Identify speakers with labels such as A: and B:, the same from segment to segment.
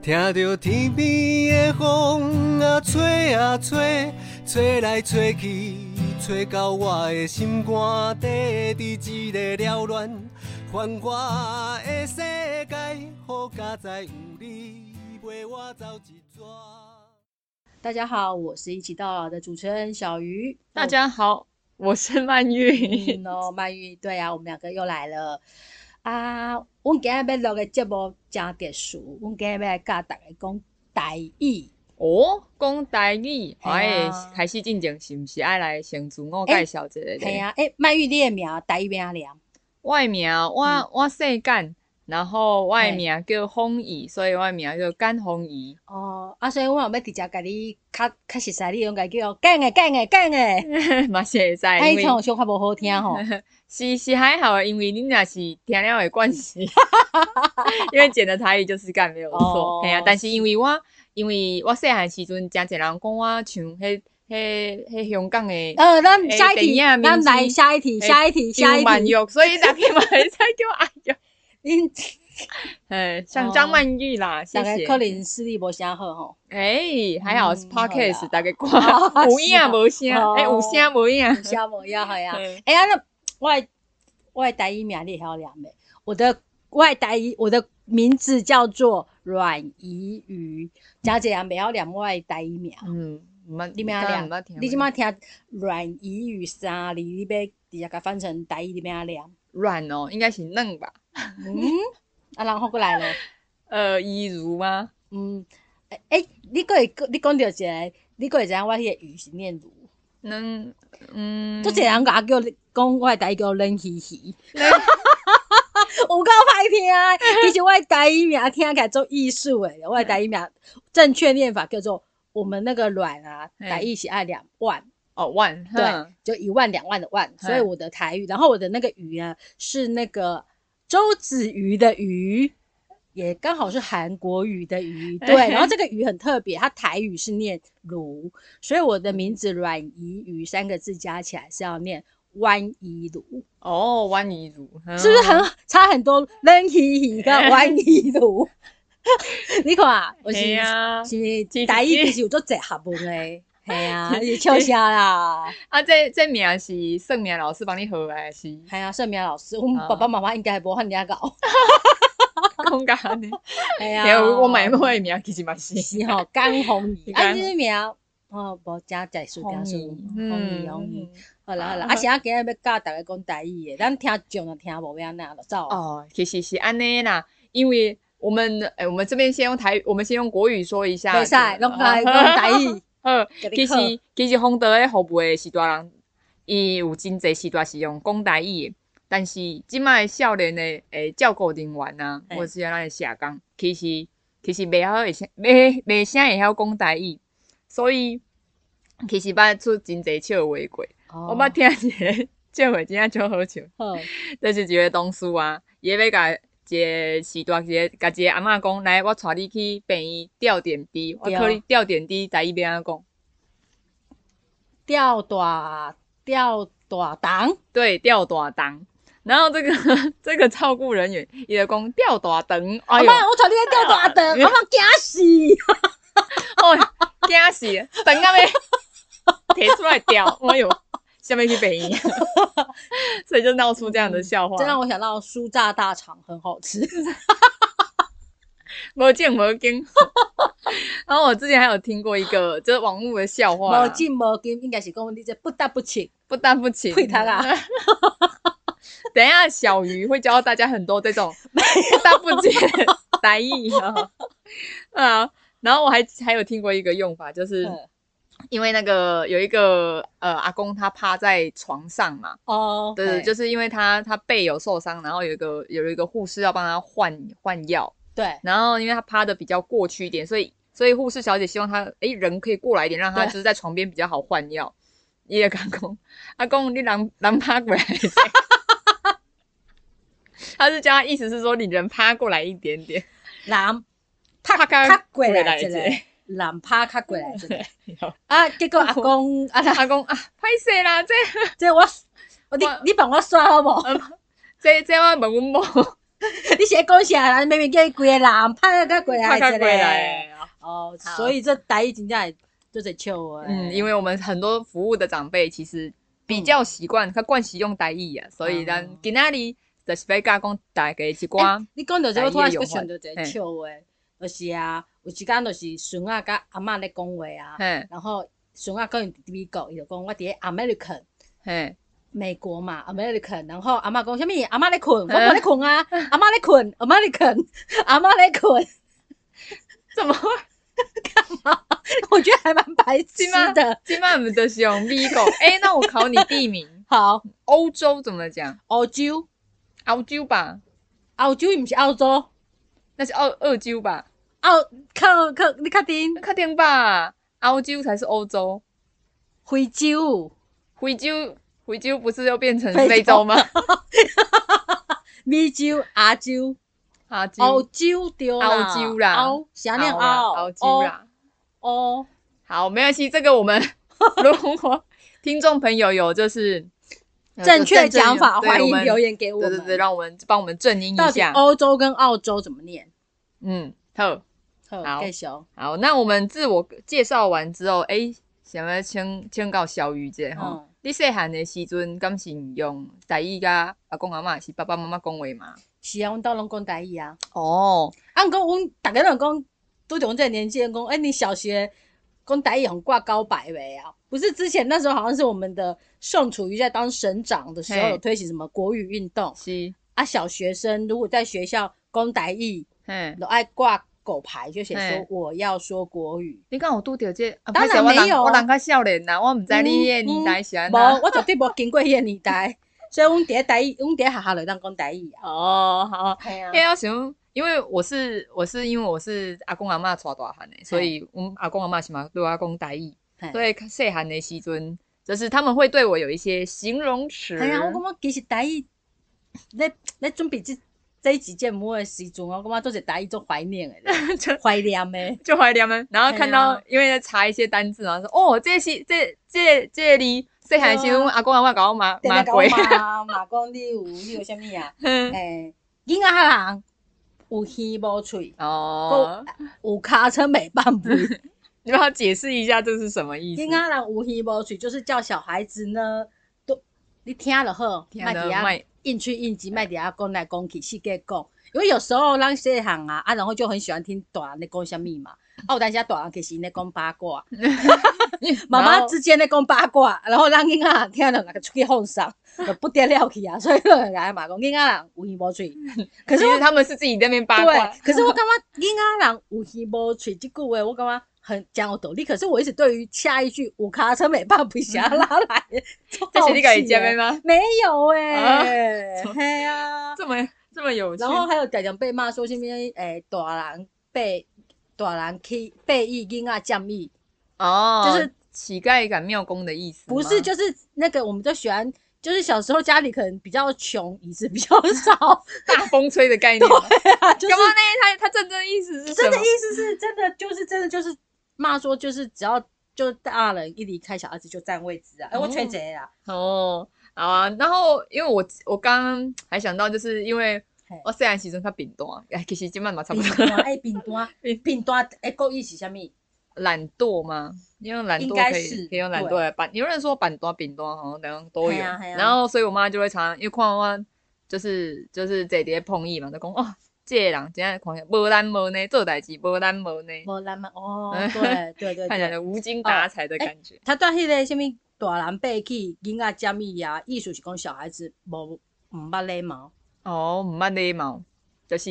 A: 听着天边的风啊吹啊吹，吹来吹去，吹到我的心肝底，伫一个缭乱繁华的世界，好佳哉有你陪我走一逝。
B: 大家好，我是一起到老的主持人小鱼。
C: 大家好，我是曼玉。
B: 哦嗯哦，曼玉，对啊，我们两个又来了啊！阮今日要录的节目真特殊，阮今日要来教大家讲台语。
C: 哦，讲台语，我
B: 嘿啊
C: 诶开始进前是毋是爱来先自我介绍一下咧？
B: 系啊，诶、曼玉，你的名台语名啊念？
C: 我的名我、
B: 嗯
C: 我姓干，然后我的名叫风仪，所以我的名叫干风仪。
B: 哦，啊，所以我要直接甲你较较实在，你用家叫讲诶讲诶讲诶，
C: 嘛是会知，
B: 哎，
C: 因
B: 你唱
C: 为
B: 小可无好听 吼。
C: 是是还好，因为你若是听了会 关系，因为剪的台语就是干没有
B: 哦
C: 错。系啊，但是因为我因为我细汉时阵，真侪人讲我像迄迄迄香港的。
B: 呃，咱下一
C: 哎等一
B: 题，
C: 下明
B: 咱来
C: 星
B: 下一题，
C: 哎
B: 下一题，下一
C: 曼
B: 题
C: 玉。，所以大家嘛会使叫阿玉。
B: 恁
C: 呃，像张曼玉啦，谢
B: 哦大家
C: 谢。
B: 可能视力无啥好吼，
C: 哎，还好是
B: 嗯
C: podcast
B: 好啦
C: 大家看
B: 啊，
C: 有影 无
B: 是
C: 声，
B: 啊
C: 哎，有声无影。
B: 有啥无影系啊。
C: 嗯
B: 哎、呀，那我的我的台语名你会晓念袂？我的我的台语，我的名字叫做阮怡瑜，真侪人袂晓念我的台语名。
C: 嗯，毋捌，
B: 你咩
C: 敢
B: 念
C: 若毋捌听？
B: 你即摆听阮怡瑜三字，你要直接甲翻成台语你咩 念？
C: 软哦，应该是嫩吧？
B: 嗯，啊，然后过来咧，
C: 呃，伊如吗？
B: 嗯，哎、欸，你个会你讲着一个，你个会知影我迄个鱼是念如，
C: 嫩，嗯，
B: 足侪、人甲我叫讲我的台语叫冷嘻嘻。有够歹听的，其实我的台语名听起来做艺术诶，我的台语名正确念法叫做我们那个卵啊，
C: 嗯
B: 台语是按两万，
C: 哦，万，
B: 对
C: 哼，
B: 就一万两万的万，所以我的台语，然后我的那个鱼呢是那个周子瑜的瑜，也刚好是韩国语的瑜，对，然后这个瑜很特别，它台语是念如，所以我的名字阮怡瑜三个字加起来是要念弯怡如。
C: 哦，弯伊如，哼
B: 是不是很差很多？冷嘻嘻跟歪泥 路，你看啊，我是
C: 嘿啊
B: 是台语其实有做侪学问 的，系啊，而且笑声啦，
C: 啊，这这名是算命老师帮你学的，还是？
B: 系啊，算命老师，我们爸爸妈妈应该无赫尔搞，
C: 讲甲 安尼，
B: 系
C: 对，
B: 啊，
C: 我买我的名其实嘛是。
B: 是哦吼，江宏 仪，啊，
C: 江
B: 你这名哦，无真解数
C: 红
B: 点数，宏
C: 嗯，
B: 仪宏仪，
C: 嗯
B: 好啦好啦，
C: 啊
B: 啊，是啊，今日要教大家讲台语的，咱听上就听无要那就走。
C: 哦，其实是安尼啦，因为我们诶、我们这边先用台语，我们先用国语说一下。
B: 袂使，拢来讲 台语。
C: 呃，
B: 给你
C: 其
B: 考
C: 实其实丰德诶服务诶时代人，伊有真侪时段是用讲台语的，但是即卖少年诶诶照顾人员啊，
B: 嘿
C: 或者是咱诶社工，其实其实袂晓会啥袂袂啥会晓讲台语，所以其实捌出真侪笑话过。
B: 哦
C: 我捌听一个 笑话，真正超好笑。
B: 好
C: 就是一个同事啊，伊要甲一个时段一个甲一个阿嬷讲，来，我带你去病院吊点滴，我
B: 对哦
C: 教你吊点滴，在伊边啊讲，
B: 吊大吊大档，
C: 对，吊大肠。然后这个 这个照顾人员，伊就讲吊大肠，
B: 阿
C: 哎呦
B: 妈，，我带你去吊大肠，
C: 哎呦
B: 阿妈惊死，
C: 哦，惊死，肠啊要 摕出来吊，哎呦，下面去病院， 所以就闹出这样的笑话，
B: 这让我想到酥炸大肠很好吃。
C: 无见 无经。然后我之前还有听过一个，就是网络的笑话啊，
B: 无进无金，应该是讲你这不得不 请。
C: 不担不起。
B: 屁他啦！
C: 等一下，小鱼会教大家很多这种不担不起的台语啊。啊，然后我还还有听过一个用法，就是
B: 嗯
C: 因为那个有一个呃阿公他趴在床上嘛，
B: 哦，
C: 对对，就是是因为他他背有受伤，然后有一个有一个护士要帮他换换药，
B: 对，
C: 然后因为他趴的比较过去一点，所以所以护士小姐希望他诶人可以过来一点，让他
B: 对
C: 就是在床边比较好换药。伊也讲讲，阿公你人人趴过来，他是叫他意思是说你人趴过来一点 点，
B: 男
C: 趴
B: 趴
C: 趴
B: 过来一
C: 一
B: 个
C: 点，
B: 男趴较过来一个
C: 好
B: 啊，结果阿公 啊，
C: 阿公啊，拍势啦，这
B: 这我我你你帮我刷好无？
C: 这这我问阮某，
B: 你写恭喜啊，明明叫你鬼人，拍个鬼来
C: 快
B: 一
C: 快
B: 个
C: 回来
B: 嘞。！哦，
C: 好
B: 所以这台语真正会就在笑啊。
C: 嗯，因为我们很多服务的长辈其实比较习惯，他惯习用台语啊，所以咱
B: 嗯哦
C: 今仔日就是要甲讲大家一
B: 欸
C: 寡，
B: 你讲到这，我突然
C: 台语
B: 就
C: 的用
B: 想到一个
C: 法
B: 笑话，就是啊，有一间就是孙仔甲阿嬷咧讲话啊，
C: 嘿
B: 然后孙仔讲伊伫美国，伊就讲我伫 American
C: 嘿，
B: 美国嘛，American，然后阿嬷讲啥物？阿嬷咧困，我嘛咧困 啊，阿嬷咧困，American，阿 嬷咧困，
C: 怎么会？
B: 我觉得还蛮白痴
C: 是吗
B: 的。
C: 今晚我们就是用 Vigo，哎、 那我考你地名，
B: 好，
C: 欧洲怎么讲？
B: 澳洲，
C: 澳洲吧，
B: 澳洲毋是澳洲，
C: 那是澳澳洲吧？
B: 澳靠靠，你确定？
C: 确定吧？澳洲才是欧洲，
B: 非洲，
C: 非洲非洲不是又变成
B: 非洲
C: 非洲吗？
B: 美洲、亚洲。
C: 澳洲
B: 澳洲对啦，
C: 澳洲啦
B: 澳，啥念
C: 好啦
B: 哦澳？
C: 澳洲啦。
B: 哦，
C: 好，没关系，这个 我们如果听众朋友有就是呃
B: 哦，正确讲法
C: 对
B: 欢
C: 我
B: 迎
C: 们
B: 留言给我
C: 对
B: 们。
C: 对对，让我们帮我们正音
B: 到
C: 一
B: 底哦
C: 下。
B: 欧洲跟澳洲怎么念？
C: 嗯，好，
B: 好，
C: 好
B: 继续。
C: 好，那我们自我介绍完之后，诶，想要请请教小雨姐吼，
B: 嗯
C: 你细汉的时阵，敢是用台语甲阿公阿嬷是爸爸妈妈讲话嘛？
B: 是啊，阮兜拢讲台语啊。
C: 哦，
B: 啊，毋过阮逐个拢讲，拄着阮这个年纪人讲，哎，你小学讲台语很挂高白呗啊？不是之前那时候好像是我们的宋楚瑜在当省长的时候
C: 嘿
B: 有推行什么国语运动
C: 是，
B: 啊，小学生如果在学校讲台语，
C: 嘿，
B: 都爱挂狗牌，就写说
C: 嘿
B: 我要说国语。
C: 你敢有拄着这？啊
B: 当然
C: 不好意思我
B: 没
C: 人
B: 有
C: 我人较少年呐，我毋知你的
B: 嗯
C: 年代是安
B: 无
C: 怎，。
B: 我绝对无经过迄个年代， 所以阮伫咧台语，阮伫咧学校就当讲台语啊。
C: 哦，好，
B: 系啊
C: 因为要想，因为我是我是因为我是阿公阿嬷带大汉的，所以我们阿公阿嬷起码对我讲台语，所以细汉的时阵，就是他们会对我有一些形容词。
B: 系啊，我感觉其实台语，咧咧准备即这一集节目的时阵，我感觉做是台语做怀念的，
C: 就
B: 怀念的。
C: 就怀念们，然后看
B: 哎
C: 到因为在查一些单字，然后说哦，这些这这这里细汉的时阵，
B: 啊
C: 我阿公阿嬷搞我骂
B: 定定
C: 骂
B: 甲我
C: 鬼，
B: 妈妈讲你有你有啥物啊？ 诶，囡仔人有耳无喙，
C: 哦
B: 有，有尻川袂半步。
C: 你帮我解释一下这是什么意思
B: 囡？仔人有耳无喙，就是叫小孩子呢，都你听了好，
C: 听
B: 别
C: 了
B: 在那
C: 卖
B: 应去应急，卖底下讲来讲去，世界讲。因为有时候咱细行啊，啊，然后就很喜欢听大人在讲什 么嘛。啊，有当时啊大人其实在讲八卦，妈
C: 然
B: 妈
C: 后
B: 之间在讲八卦，然后咱囡仔人听了那个出去哄上，就不得了去啊。所以就人家嘛讲囡仔人有耳无 喙，可是
C: 其
B: 我
C: 实他们是自己在那边八卦
B: 对，，可是我感觉囡仔人有耳无嘴这句话，我感觉很讲有道理。可是我一直对于下一句“有卡车美爸不侠拉来”，
C: 这是你给
B: 接
C: 姐妹吗？ 啊
B: 没有哎、欸，嘿啊。
C: 这么这么有趣，
B: 然后还有常常被骂说什么诶，哎大人被大人去被意囡仔占意，
C: 哦，
B: 就是
C: 乞丐赶庙公的意思吗，
B: 不是就是那个我们就喜欢，就是小时候家里可能比较穷，椅子比较少，
C: 大风吹的概念吗。
B: 就是
C: 干嘛呢？他他真正意思是什
B: 真
C: 么
B: 的意？思是真的就是真的就是骂说就是只要就大人一离开，小孩子就占位置啊！哎、我
C: 哦
B: 全谁啊？
C: 哦，好啊。然后因为我我刚刚还想到，就是因为
B: 嘿
C: 我虽然其中他扁多，哎，其实今晚嘛差不
B: 饼
C: 多
B: 干哎，饼 干饼干哎，够意思啥物？
C: 懒惰吗？你用懒
B: 应
C: 惰
B: 该
C: 可
B: 是
C: 以可以用懒惰
B: 对
C: 来板，有人说板多饼多好像两样都有。
B: 嘿啊嘿啊
C: 然后所以我妈就会常因为看我就是就是这些碰意嘛，就讲哦，这个人真的狂，无咱无呢，做代志无咱无呢，
B: 无咱们 哦，
C: 嗯
B: 对对对
C: 看起来
B: 对，哦哎
C: 就无精打采的感觉。
B: 他对迄个啥物大人背弃囡仔占意啊，意思是讲小孩子无毋捌礼貌。
C: 哦，唔捌礼貌，就是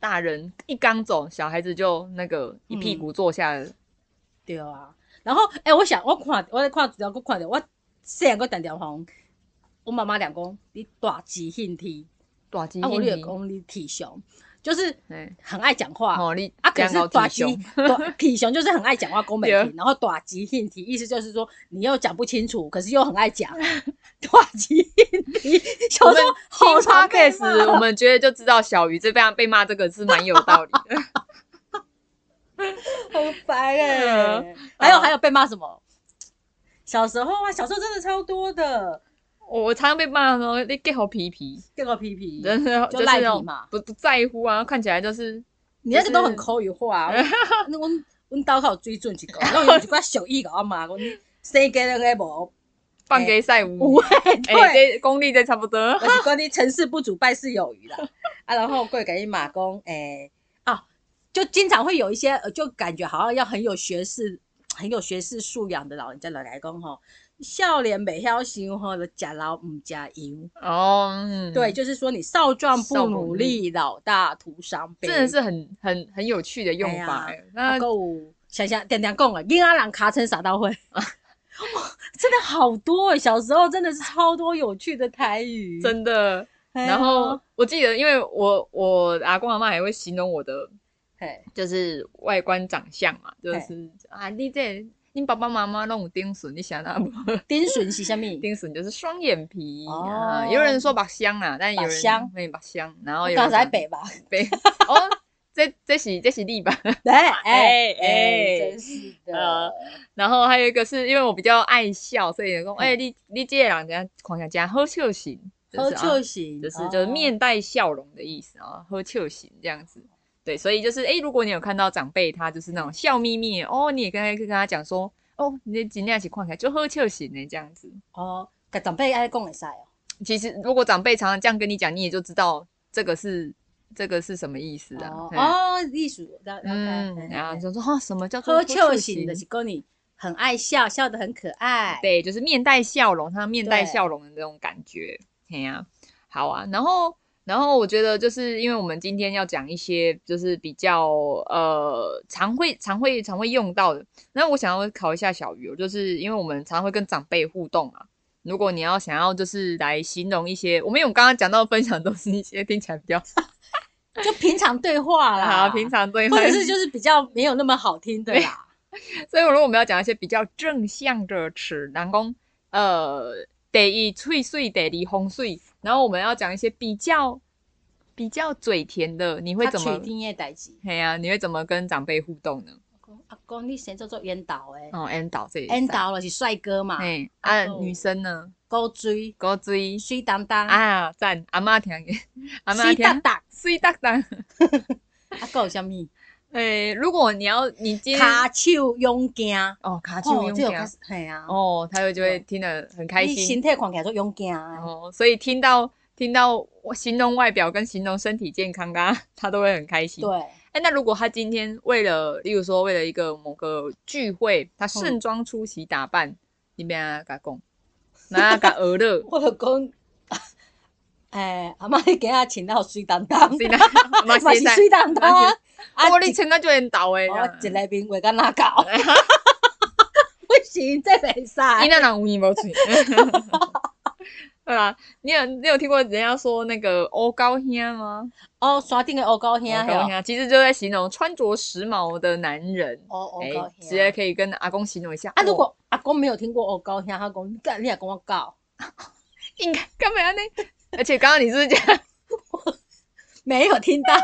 C: 大人一刚走，小孩子就那个一屁股坐下了。
B: 对啊，然后哎、欸我想我看我咧看资料，我看着我细汉个单条红，我妈妈讲讲你大字兴天，
C: 大鸡
B: 啊，我
C: 你
B: 就会讲你体雄，就是
C: 哎，
B: 很爱讲话。
C: 哦你
B: 啊，可是大
C: 鸡
B: 鸡大体雄就是很爱讲话，公美
C: 对
B: 体，然后大吉兴体，意思就是说你又讲不清楚，可是又很爱讲。大吉兴体，小时候好
C: 听
B: 常被骂
C: podcast，我们觉得就知道小鱼这被被骂这个是蛮有道理 的。
B: 很烦哎、
C: 嗯
B: 还有
C: 好
B: 还有被骂什么？小时候啊，小时候真的超多的。
C: 我我常常被骂说你 get 好皮皮，
B: 这个皮皮，
C: 真的
B: 就是赖皮
C: 那种
B: 嘛
C: 不不在乎啊，看起来就是
B: 你那个都
C: 就是
B: 很口语化啊。我那阮阮兜较有水准一个，然后有一寡俗语甲我骂，讲生鸡两个无，
C: 放给赛
B: 有
C: 舞，
B: 诶，
C: 哎、
B: 对。
C: 这功力这差不多。
B: 我是讲你成事不足败事有余啦。啊，然后过给你马工，诶、啊，就经常会有一些，呃就感觉好像要很有学识、很有学识素养的老人家来来讲吼，笑脸美晓型吼，就假老唔假油。
C: 哦，嗯
B: 对，，就是说你少壮
C: 少
B: 不
C: 不
B: 努
C: 努
B: 力，老大徒伤悲。
C: 真的是很很很有趣的用法、
B: 哎
C: 哎
B: 呀
C: 那
B: 啊，够想想点点讲啊了，婴儿郎卡成傻到会。哇， 真的好多欸！小时候真的是超多有趣的台语，
C: 真的。
B: 哎呀。
C: 然后我记得，因为我我阿公阿妈也会形容我的
B: 嘿，
C: 就是外观长相嘛，就
B: 嘿
C: 是啊，你这你爸爸妈妈那种丁损，你想到不？
B: 丁顺是虾米？
C: 丁损就是双眼皮、
B: 哦
C: 啊，有人说把香啊，但有
B: 目
C: 人
B: 香
C: 对把香，然后
B: 我
C: 哦有
B: 刚
C: 人
B: 才
C: 讲
B: 北吧，
C: 北哦，这这是这是力吧？
B: 哎
C: 哎
B: 哎，
C: 哎
B: 真是的
C: 呃，然后还有一个是因为我比较爱笑，所以有人说，哎、你你这个人家狂想家喝笑型，
B: 喝哦
C: 就是啊
B: 就行，
C: 就是就是面带笑容的意思啊，呵笑型这样子。对，所以就是哎、诶如果你有看到长辈他就是那种笑眯眯哦，你也跟他跟他讲说哦，你的尽量起看起来就呵笑型呢这样子。
B: 哦，甲长辈爱讲会使哦，
C: 其实如果长辈常常这样跟你讲，你也就知道这个是这个是什么意思啊。
B: 哦
C: 嘿，
B: 哦，艺术，了了
C: 嗯，
B: 解
C: 然后
B: 嘿
C: 就说哦，什么叫做
B: 喝就
C: 型
B: 行的是讲你很爱笑，笑得很可爱，
C: 对，就是面带笑容，他面带
B: 对
C: 笑容的那种感觉。嘿呀、好啊。然后，然后我觉得就是因为我们今天要讲一些就是比较呃常会常会常会用到的。那我想要考一下小鱼哦，就是因为我们常会跟长辈互动嘛。如果你要想要就是来形容一些，我们因为我们刚刚讲到分享都是一些听起来比较
B: 就平常对话啦，
C: 好平，常对话，
B: 或者是就是比较没有那么好听的啦，
C: 所以如果我们要讲一些比较正向的词，然后呃，第一脆碎，第二红碎，然后我们要讲一些比较比较嘴甜的，你会
B: 他
C: 怎
B: 取
C: 么？
B: 定业代志，
C: 嘿呀、你会怎么跟长辈互动呢？
B: 讲阿公你先做做引导诶
C: 哦，N 导这里
B: 引导了是帅哥嘛，
C: 哎，
B: 啊
C: 啊，女生呢？
B: 高追
C: 高追
B: 水当当，
C: 啊，赞！阿妈听的，阿妈
B: 水
C: 听，
B: 当当，
C: 水哒哒。
B: 啊，还有 虾米？
C: 哎，如果你要你今天
B: 骹手勇敢，
C: 哦卡丘
B: 哦，
C: 用
B: 这有
C: 这
B: 开始，嘿啊，
C: 哦，他会就会听得很开
B: 你身
C: 心。
B: 体看起来都勇敢啊的，
C: 哦，所以听到听到我形容外表跟形容身体健康的啊、他都会很开心。，
B: 对，
C: 哎，那如果他今天为了，例如说为了一个某个聚会，
B: 嗯，
C: 他盛装出席打扮，你别跟他讲，那他鹅乐
B: 我就讲， 哎，阿妈你今仔穿到水当当，
C: 所 以呢，嘛
B: 嘛是水当当啊，啊，
C: 我你啊
B: 一
C: 穿到就很倒诶，
B: 我一来面话敢哪搞？ 不行，这袂
C: 你
B: 使。
C: 那人有你无吹。 对啦，你有你有听过人家说那个欧高兄吗？
B: 哦，山顶的乌狗兄，
C: 欧
B: 嘿
C: 高
B: 哦
C: 兄啊其实就在形容穿着时髦的男人。
B: 哦，
C: 哎哦
B: 乌狗
C: 直接
B: 兄。
C: 可以跟阿公形容一下
B: 啊，如果阿公没有听过乌狗兄，他讲你干，你也跟我搞，
C: 应该 干嘛呢？而且刚刚你是不是讲
B: 没有听 到。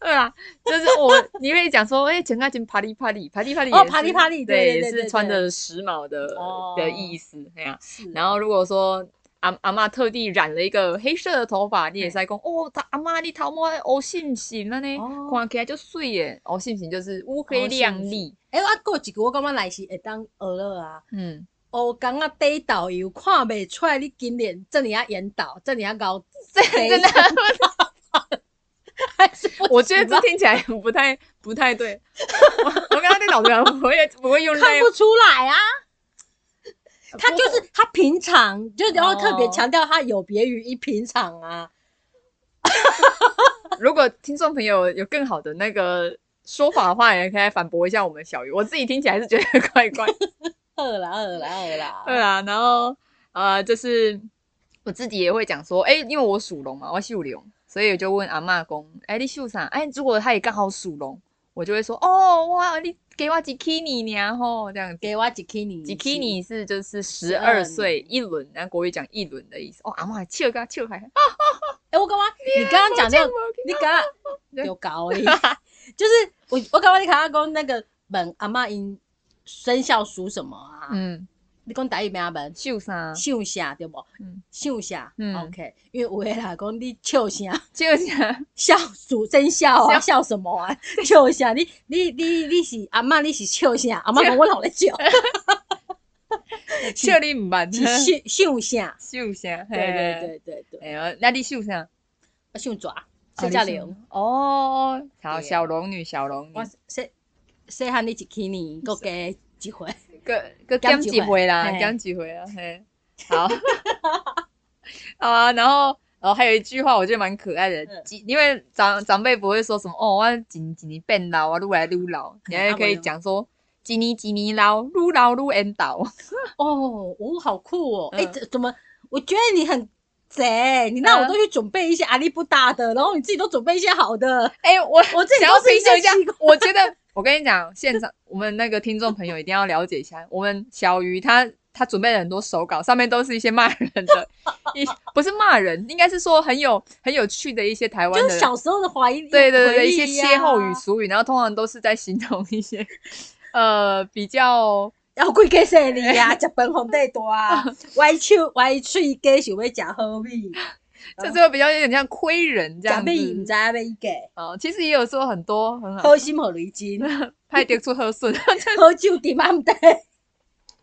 C: 对啦？就是我你会讲说，哎、整个金啪哩啪哩啪哩啪哩
B: 哦
C: 也是
B: 啪哩啪哩对对
C: 对，
B: 对
C: 也
B: 对对
C: 是穿着时髦的
B: 哦
C: 的意思，哎呀、
B: 是
C: 然后如果说阿阿妈特地染了一个黑色的头发，你也是在讲哦，他阿妈你头毛黑信不信了呢？
B: 哦
C: 看起来就水耶，黑信不信就是乌黑亮丽，
B: 哎、我还有一句我感觉来是会当学了啊。
C: 嗯，
B: 黑工啊，底导游看袂出来，你今年这里啊引导，这里啊搞，这
C: 真的，
B: 还是
C: 我觉得这听起来不太不太 对。我我刚刚在脑子里，我也不会用那
B: 看不出来啊。他就是他平常，就是要
C: 哦
B: 特别强调他有别于一平常啊。
C: 如果听众朋友有更好的那个说法的话，也可以反驳一下我们小鱼。我自己听起来是觉得怪怪，
B: 二啦二啦二
C: 对
B: 啦，
C: 啊。然后呃，就是我自己也会讲说，哎、因为我属龙嘛，我属龙，所以我就问阿嬷公，哎、你属啥？哎、如果他也刚好属龙，我就会说，哦，哇，你给我几 k 你娘吼，这样子。
B: 给我一 k 你，
C: 几 k 你是就是十
B: 12
C: 二岁一轮，然后国语讲一轮的意思。哦，阿嬷笑个笑还，啊
B: 哎、我感觉你刚刚讲到，你刚刚有搞 诶，就是我我感觉你刚刚讲那个本阿妈因生肖属什么啊？
C: 嗯，
B: 你讲台语名啊文，
C: 秀啥？
B: 秀啥对无？
C: 嗯
B: 秀啥
C: 嗯
B: ？OK，因为有的人讲你笑啥，
C: 秀啥？
B: 笑主真笑啊，
C: 笑
B: 笑什么啊？ 笑啥？你你你你是阿嬷，你是笑 啥？阿嬷讲我老咧笑，
C: 秀你唔捌？
B: 是秀秀啥？
C: 秀啥？
B: 对对对对对，
C: 哎呦，那你秀啥？
B: 啊秀蛇，谢嘉玲。
C: 哦，好，
B: 对啊
C: 小龙女，小龙女，
B: 我细细汉你一去年，搁加一 回。
C: 个个
B: 减
C: 减
B: 一
C: 几回啦，
B: 回
C: 减几回啦，嘿，好， 好啊，然后。哦，还有一句话我觉得蛮可爱的
B: 嗯，
C: 几因为长长辈不会说什么哦，我几几年变老啊，愈来愈老，你还
B: 啊
C: 可
B: 我
C: 以
B: 有
C: 讲说几年几年老，愈老愈缘倒。
B: 哦，哦，好酷哦！哎、
C: 嗯
B: 怎怎么？我觉得你很贼，你让我
C: 嗯
B: 都去准备一些阿力不搭的，然后你自己都准备一些好的。
C: 哎、我
B: 我自己
C: 想要
B: 都是一
C: 评
B: 些
C: 论一下
B: 奇怪，
C: 我觉得我跟你讲，现场我们那个听众朋友一定要了解一下，我们小鱼他他准备了很多手稿，上面都是一些骂人的，一不是骂人，应该是说很有很有趣的一些台湾
B: 就
C: 的
B: 是小时候的怀疑、
C: 对对对对
B: 回
C: 一
B: 忆
C: 些
B: 呀
C: 歇后语、俗语，然后通常都是在形容一些呃比较
B: 然后贵给谁你呀？ 食饭皇帝大啊，歪手歪嘴加想要食好味，嗯
C: 这这个比较有点像亏人这
B: 食
C: 样
B: 咩唔知
C: 子。嗯
B: 要给，
C: 哦，其实也有说很多很好，
B: 好心好雷金，
C: 派丢出喝 顺，
B: 好酒点啊唔得。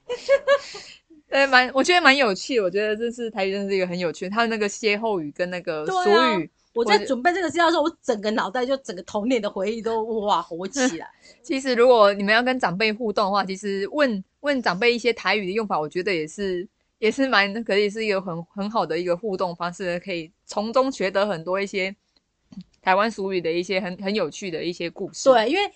C: 对，哎蛮我觉得蛮有趣的，我觉得这是台语，真是一个很有趣的。它的那个歇后语跟那个
B: 对啊
C: 俗语，
B: 我在
C: 我
B: 准备这个资料的时候，我整个脑袋就整个童年的回忆都哇活起来。
C: 其实如果你们要跟长辈互动的话，其实问问长辈一些台语的用法，我觉得也是也是蛮可以是一个很很好的一个互动方式，可以从中学得很多一些台湾俗语的一些很很有趣的一些故事。，
B: 对，因为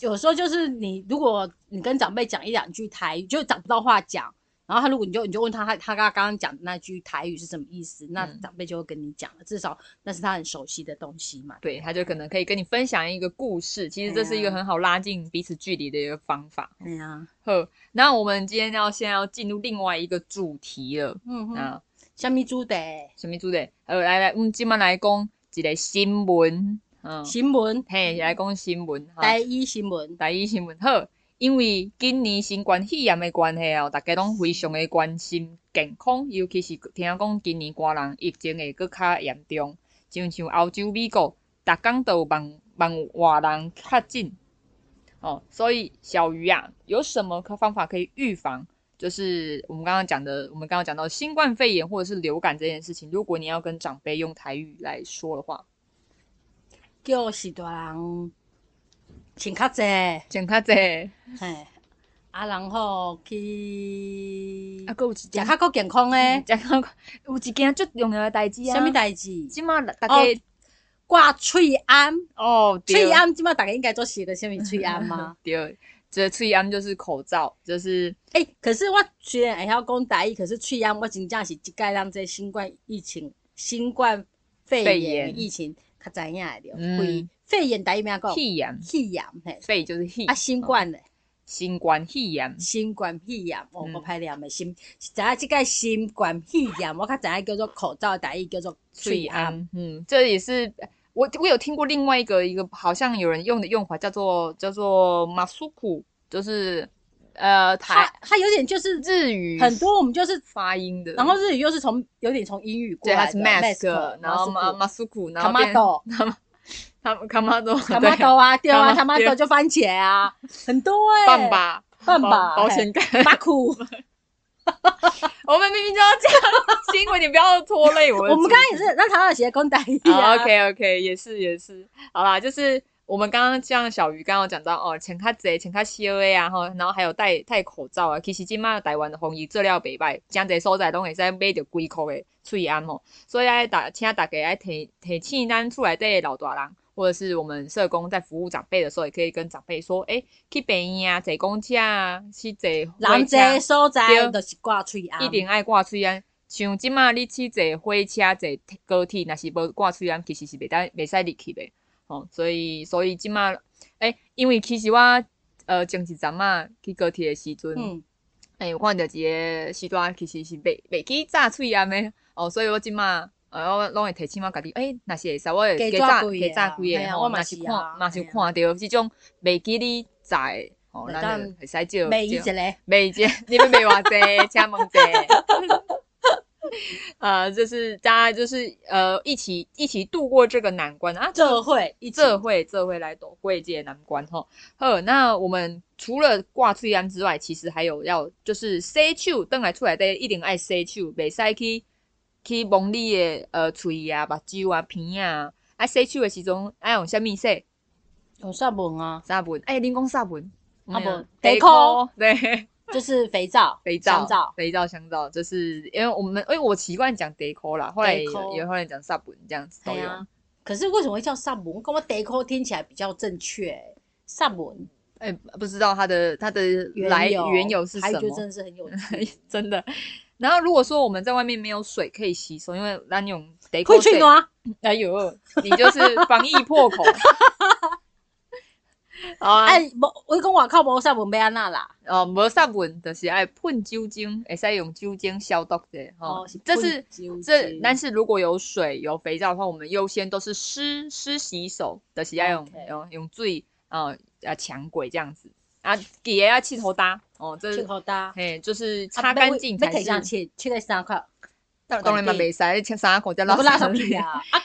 B: 有时候就是你，如果你跟长辈讲一两句台语，就找不到话讲，然后他如果你就你就问他，他他刚刚讲的那句台语是什么意思，那
C: 嗯
B: 长辈就会跟你讲了，至少那是他很熟悉的东西嘛。
C: 对，他就可能可以跟你分享一个故事，其实这是一个
B: 哎呀
C: 很好拉近彼此距离的一个方法。
B: 对呀，
C: 呵，那我们今天要现在要进入另外一个主题了，
B: 嗯哼，
C: 那。
B: 虾米猪的
C: 什么主题？呃，来来，我们今晚来讲一个新闻，嗯，
B: 新闻，
C: 嘿，来讲新闻哈，
B: 台语新闻，
C: 第一新闻好，因为今年新冠肺炎的关系哦，大家拢非常的关心健康，尤其是听讲今年寒人疫情会搁较严重，就像欧洲、美国，逐工都有万万外人确诊。哦，所以小鱼啊，有什么可方法可以预防？就是我们刚刚讲的，我们刚刚讲到新冠肺炎或者是流感这件事情，如果你要跟长辈用台语来说的话，
B: 叫是大人请较济，
C: 请较济，啊，
B: 嘿，啊，然后去
C: 搁有一食
B: 食较够健康诶，
C: 讲到有一件最重要的哎代志啊，
B: 虾米？代志？
C: 即马大家
B: 哦挂喙安。
C: 哦，对？
B: 喙，暗即马大家应该做写个虾米喙暗吗
C: 对，这喙安就是口罩，就是
B: 诶、可是我虽然会晓讲台语，可是喙暗我真正是即届咱这新冠疫情、新冠肺炎的
C: 肺炎
B: 疫情较知影的了。
C: 嗯
B: 肺肺炎台语名讲
C: 肺炎，
B: 肺炎嘿，
C: 肺就是肺
B: 啊，新冠嘞，
C: 新冠肺炎，
B: 新冠肺炎，哦，
C: 嗯
B: 我歹念的新，是知影即届新冠肺炎，我较知影叫做口罩的台语叫做
C: 喙
B: 喙暗。
C: 安，嗯，这也是。我我有听过另外一个一个好像有人用的用法叫做叫做马苏库，就是呃
B: 它
C: 台
B: 它有点就是
C: 日语
B: 很多我们就是，
C: 发音的，
B: 然后日语又是从有点从英语过
C: 对它
B: 来
C: 是
B: 的啊
C: mask，然后马马苏库，然后变
B: tomato
C: 他们卡玛多
B: 卡玛
C: 哎
B: 豆啊，对啊，
C: 卡
B: 卡
C: 玛
B: 玛
C: 豆
B: 豆就番茄啊，很多哎、欸，
C: 棒，吧哎
B: 棒吧，
C: 保险杠，
B: 嘿，巴 库。
C: 我们明明就要这样新闻，你不要拖累我的
B: 我们
C: 主
B: 刚刚也是让台湾写公打一
C: 好
B: 啊。
C: OK OK，也是也是，好啦，就是我们刚刚像小鱼刚刚有讲到哦，请卡贼，请卡 COA 啊，吼，然后还有戴戴口罩啊，其实今麦台湾的防疫做了袂歹，真侪所在拢会使买着几箍的喙安吼，所以爱大请大家爱提提醒咱厝内底的老大人。或者是我们社工在服务长辈的时候，也可以跟长辈说：“哎、去病院啊，坐公车啊，去坐火
B: 人
C: 车
B: 这所在
C: 对
B: 就是挂喙啊，
C: 一定爱挂喙安。像即马你去坐火车、坐高铁，若是无挂喙安，其实是袂当袂使入去的。吼、所以所以即马，诶、因为其实我呃前一阵仔去高铁的时阵，诶、
B: 嗯，
C: 有看着一个时段其实是袂袂去炸喙安的。哦，所以我即马。呃，我拢会提醒我家己，诶、若是会使，我会
B: 加
C: 加
B: 炸
C: 炸
B: 几个
C: 加炸
B: 啊
C: 几
B: 嘿
C: 个
B: 啊
C: 吼，
B: 我嘛
C: 若
B: 是
C: 是看
B: 啊
C: 若是
B: 嘿啊
C: 看着即种袂记你炸的，哦，
B: 对
C: 咱
B: 当
C: 就
B: 然
C: 会使借
B: 每一个嘞，
C: 袂见， 你们袂话侪，请问者。 呃，就是大家就是呃一起一起度过这个难关啊，这
B: 这会一起
C: 这会这会来躲过这个难关吼。呵，那我们除了挂喙安之外，其实还有要就是洗手，等来出来得一定爱洗手，袂使去去摸你的呃喙啊、目睭啊、鼻啊。啊，洗手的时阵爱用啥物洗？
B: 有啥文啊？
C: 啥文？哎、恁讲啥文？
B: 啊
C: 嗯
B: 无地
C: 膏对。
B: 就是肥皂、
C: 肥皂、
B: 香皂，
C: 肥皂、香皂，就是因为我们，因为我习惯讲 deco 啦，后来也
B: Deco
C: 也后来讲 sub 这样子都
B: 对
C: 有。
B: 啊。可是为什么会叫萨文？我感觉 deco 听起来比较正确。欸萨文
C: 哎、不知道它的它的
B: 原
C: 来
B: 由
C: 缘由是
B: 台
C: 什
B: 语就真
C: 么，哎
B: 的是很有
C: 真的。然后如果说我们在外面没有水可以洗手，因为咱用 deco
B: 会去
C: 水
B: 吗？
C: 哎呦，你就是防疫 破口。好啊，
B: 哎，无，我讲外口无萨文要安那啦。
C: 哦，无杀蚊，就是爱喷酒精，会使用酒精消毒的吼、
B: 哦是
C: 这
B: 喷
C: 是
B: 酒
C: 这，
B: 精
C: 但是如果有水有肥皂的话，我们优先都是湿湿洗手，就是要用
B: OK
C: 用用最呃啊强鬼这样子啊，底下要气头搭哦，这
B: 去好搭，
C: 嘿就是
B: 啊
C: 擦干净才
B: 要要提
C: 是。
B: 上去，去在三块，
C: 当当然嘛，
B: 管
C: 没
B: 地
C: 塞，穿衫裤再
B: 我
C: 拉
B: 不拉上去啊。啊，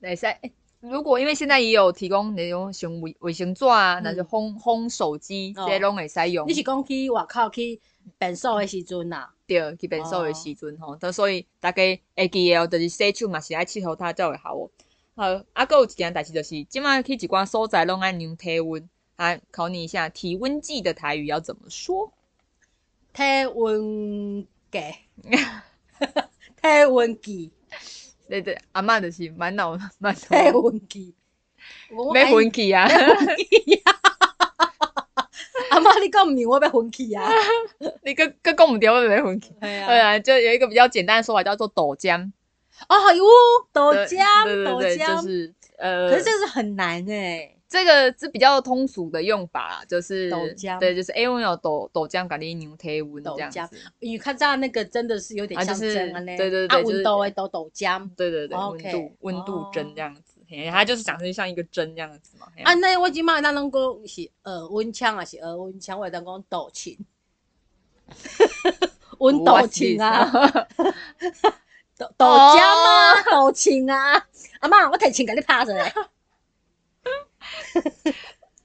C: 对，塞。欸如果因为现在也有提供那种像卫卫生纸啊，那、就
B: 嗯
C: 烘烘手机、
B: 哦
C: 这些拢会使用。
B: 你是讲去外口去便所的时阵啊呐？
C: 对，去变所的时
B: 哦
C: 阵吼，都、所以大家会记的哦，就是洗手嘛是爱拭头它才会好哦。好，啊，搁有一件代志就是，即摆去一寡所在拢爱量体温，啊，考你一下，体温计的台语要怎么说？
B: 体温计，体温计，
C: 对对，阿嬷就是满脑 满
B: 体
C: 头
B: 温计。我哎
C: 要昏去啊！
B: 阿妈，你讲唔明，我要昏去 啊！
C: 你个个讲唔对，我 要昏去。
B: 对
C: 对，啊，就有一个比较简单的说法叫做抖浆，
B: 哦，有豆
C: 对
B: 浆，
C: 对
B: 豆
C: 对，就
B: 浆，
C: 是呃，
B: 可是这是很难哎。
C: 这个是比较通俗的用法啦，就是
B: 豆浆
C: 对，就是哎、欸，我有豆豆浆，咖喱牛体温这样
B: 豆
C: 子，
B: 因为较早那个真的是有点
C: 啊就
B: 像
C: 是
B: 针啊呢，
C: 对对
B: 啊
C: 对就是
B: 温度的豆豆浆。
C: 对对对，温
B: 哦 OK，
C: 度温度针
B: 哦
C: 这样子，嘿，它就是长成像一个针这样子嘛。嘿
B: 啊，那我即摆咱拢讲是耳温枪啊，是耳温枪，我会当讲豆 琴，温豆琴啊，， 豆豆浆啊，
C: 哦
B: 豆琴啊，阿嬷，我提琴给你 拍出来，阿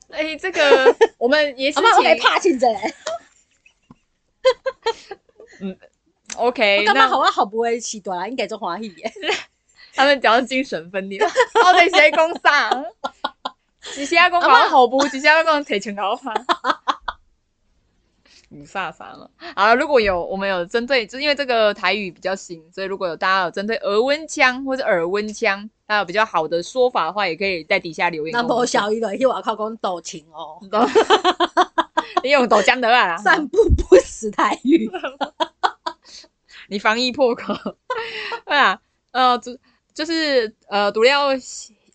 C: 哎，这个我们也是
B: 嬷，我给你
C: 请
B: 拍琴出
C: 哎
B: 来，
C: OK，
B: 我感觉好
C: 那
B: 啊，好不会起大啦，应该做欢喜耶，
C: 他们讲到精神 分裂，
B: 哦
C: 到底谁讲啥？
B: 啊
C: 一下讲
B: 阿
C: 搞
B: 嬷
C: 好步，一下讲提前搞法。 五煞啥了？好了，如果有我们有针对，就是因为这个台语比较新，所以如果有大家有针对额温腔或者耳温腔，还有比较好的说法的话，也可以在底下留言
B: 那
C: 跟我
B: 无
C: 们说。
B: 小伊就去外口讲豆琴哦，
C: 你用豆浆得啊啦，
B: 散步不识台语，
C: 你防疫破口， 对啊，呃，就就是呃，除了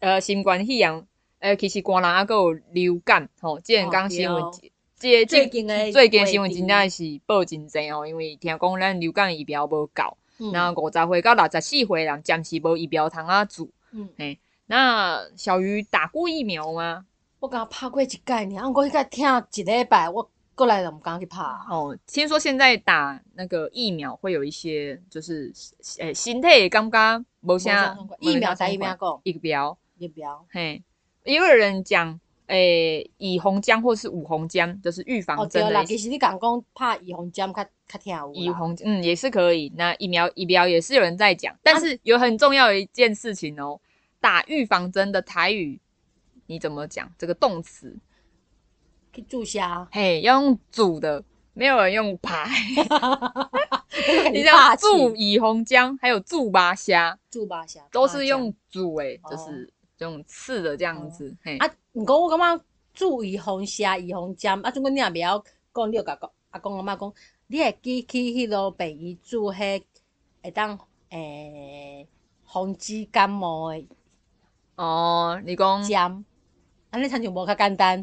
C: 呃新冠肺炎，呃，其实寒人啊，还有流感吼，即个讲新闻
B: 哦，
C: 即
B: 最
C: 最
B: 近的
C: 最近新闻
B: 话
C: 真
B: 题
C: 正是报真济吼，因为听讲咱流感疫苗无够，
B: 嗯
C: 然后五十岁到六十四岁人暂时无疫苗通啊做。
B: 嗯，
C: 那小鱼打过疫苗吗？
B: 我刚拍过一届呢，啊我迄个听一礼拜，我过来就唔敢去拍。
C: 哦，听说现在打那个疫苗会有一些，就是诶、心态感觉无啥
B: 疫苗打疫苗啊讲
C: 疫苗，
B: 疫苗，
C: 嘿，也有人讲诶、乙红浆或是五红浆，就是预
B: 哦
C: 防
B: 对
C: 针
B: 啦，
C: 的
B: 其实你讲讲拍预防针较较听有
C: 乙
B: 啦。
C: 红，嗯，也是可以。那疫苗疫苗也是有人在讲，
B: 啊
C: 但是有很重要的一件事情哦，打预防针的台语你怎么讲？这个动词，
B: 去注射，啊
C: 嘿，要用煮的，没有人用排。 你
B: 你
C: 像
B: 注
C: 注乙红浆，还有注巴虾，
B: 注吧下，
C: 都是用煮诶、
B: 啊哦
C: 就是用刺的这样子。嘿，
B: 啊。毋过我感觉注预防下预防针啊，总过你也袂晓讲，你就甲讲阿公阿妈讲，你会记去迄落病医注迄会当诶防止感冒诶
C: 哦，你讲
B: 针，安尼亲像无较简 单。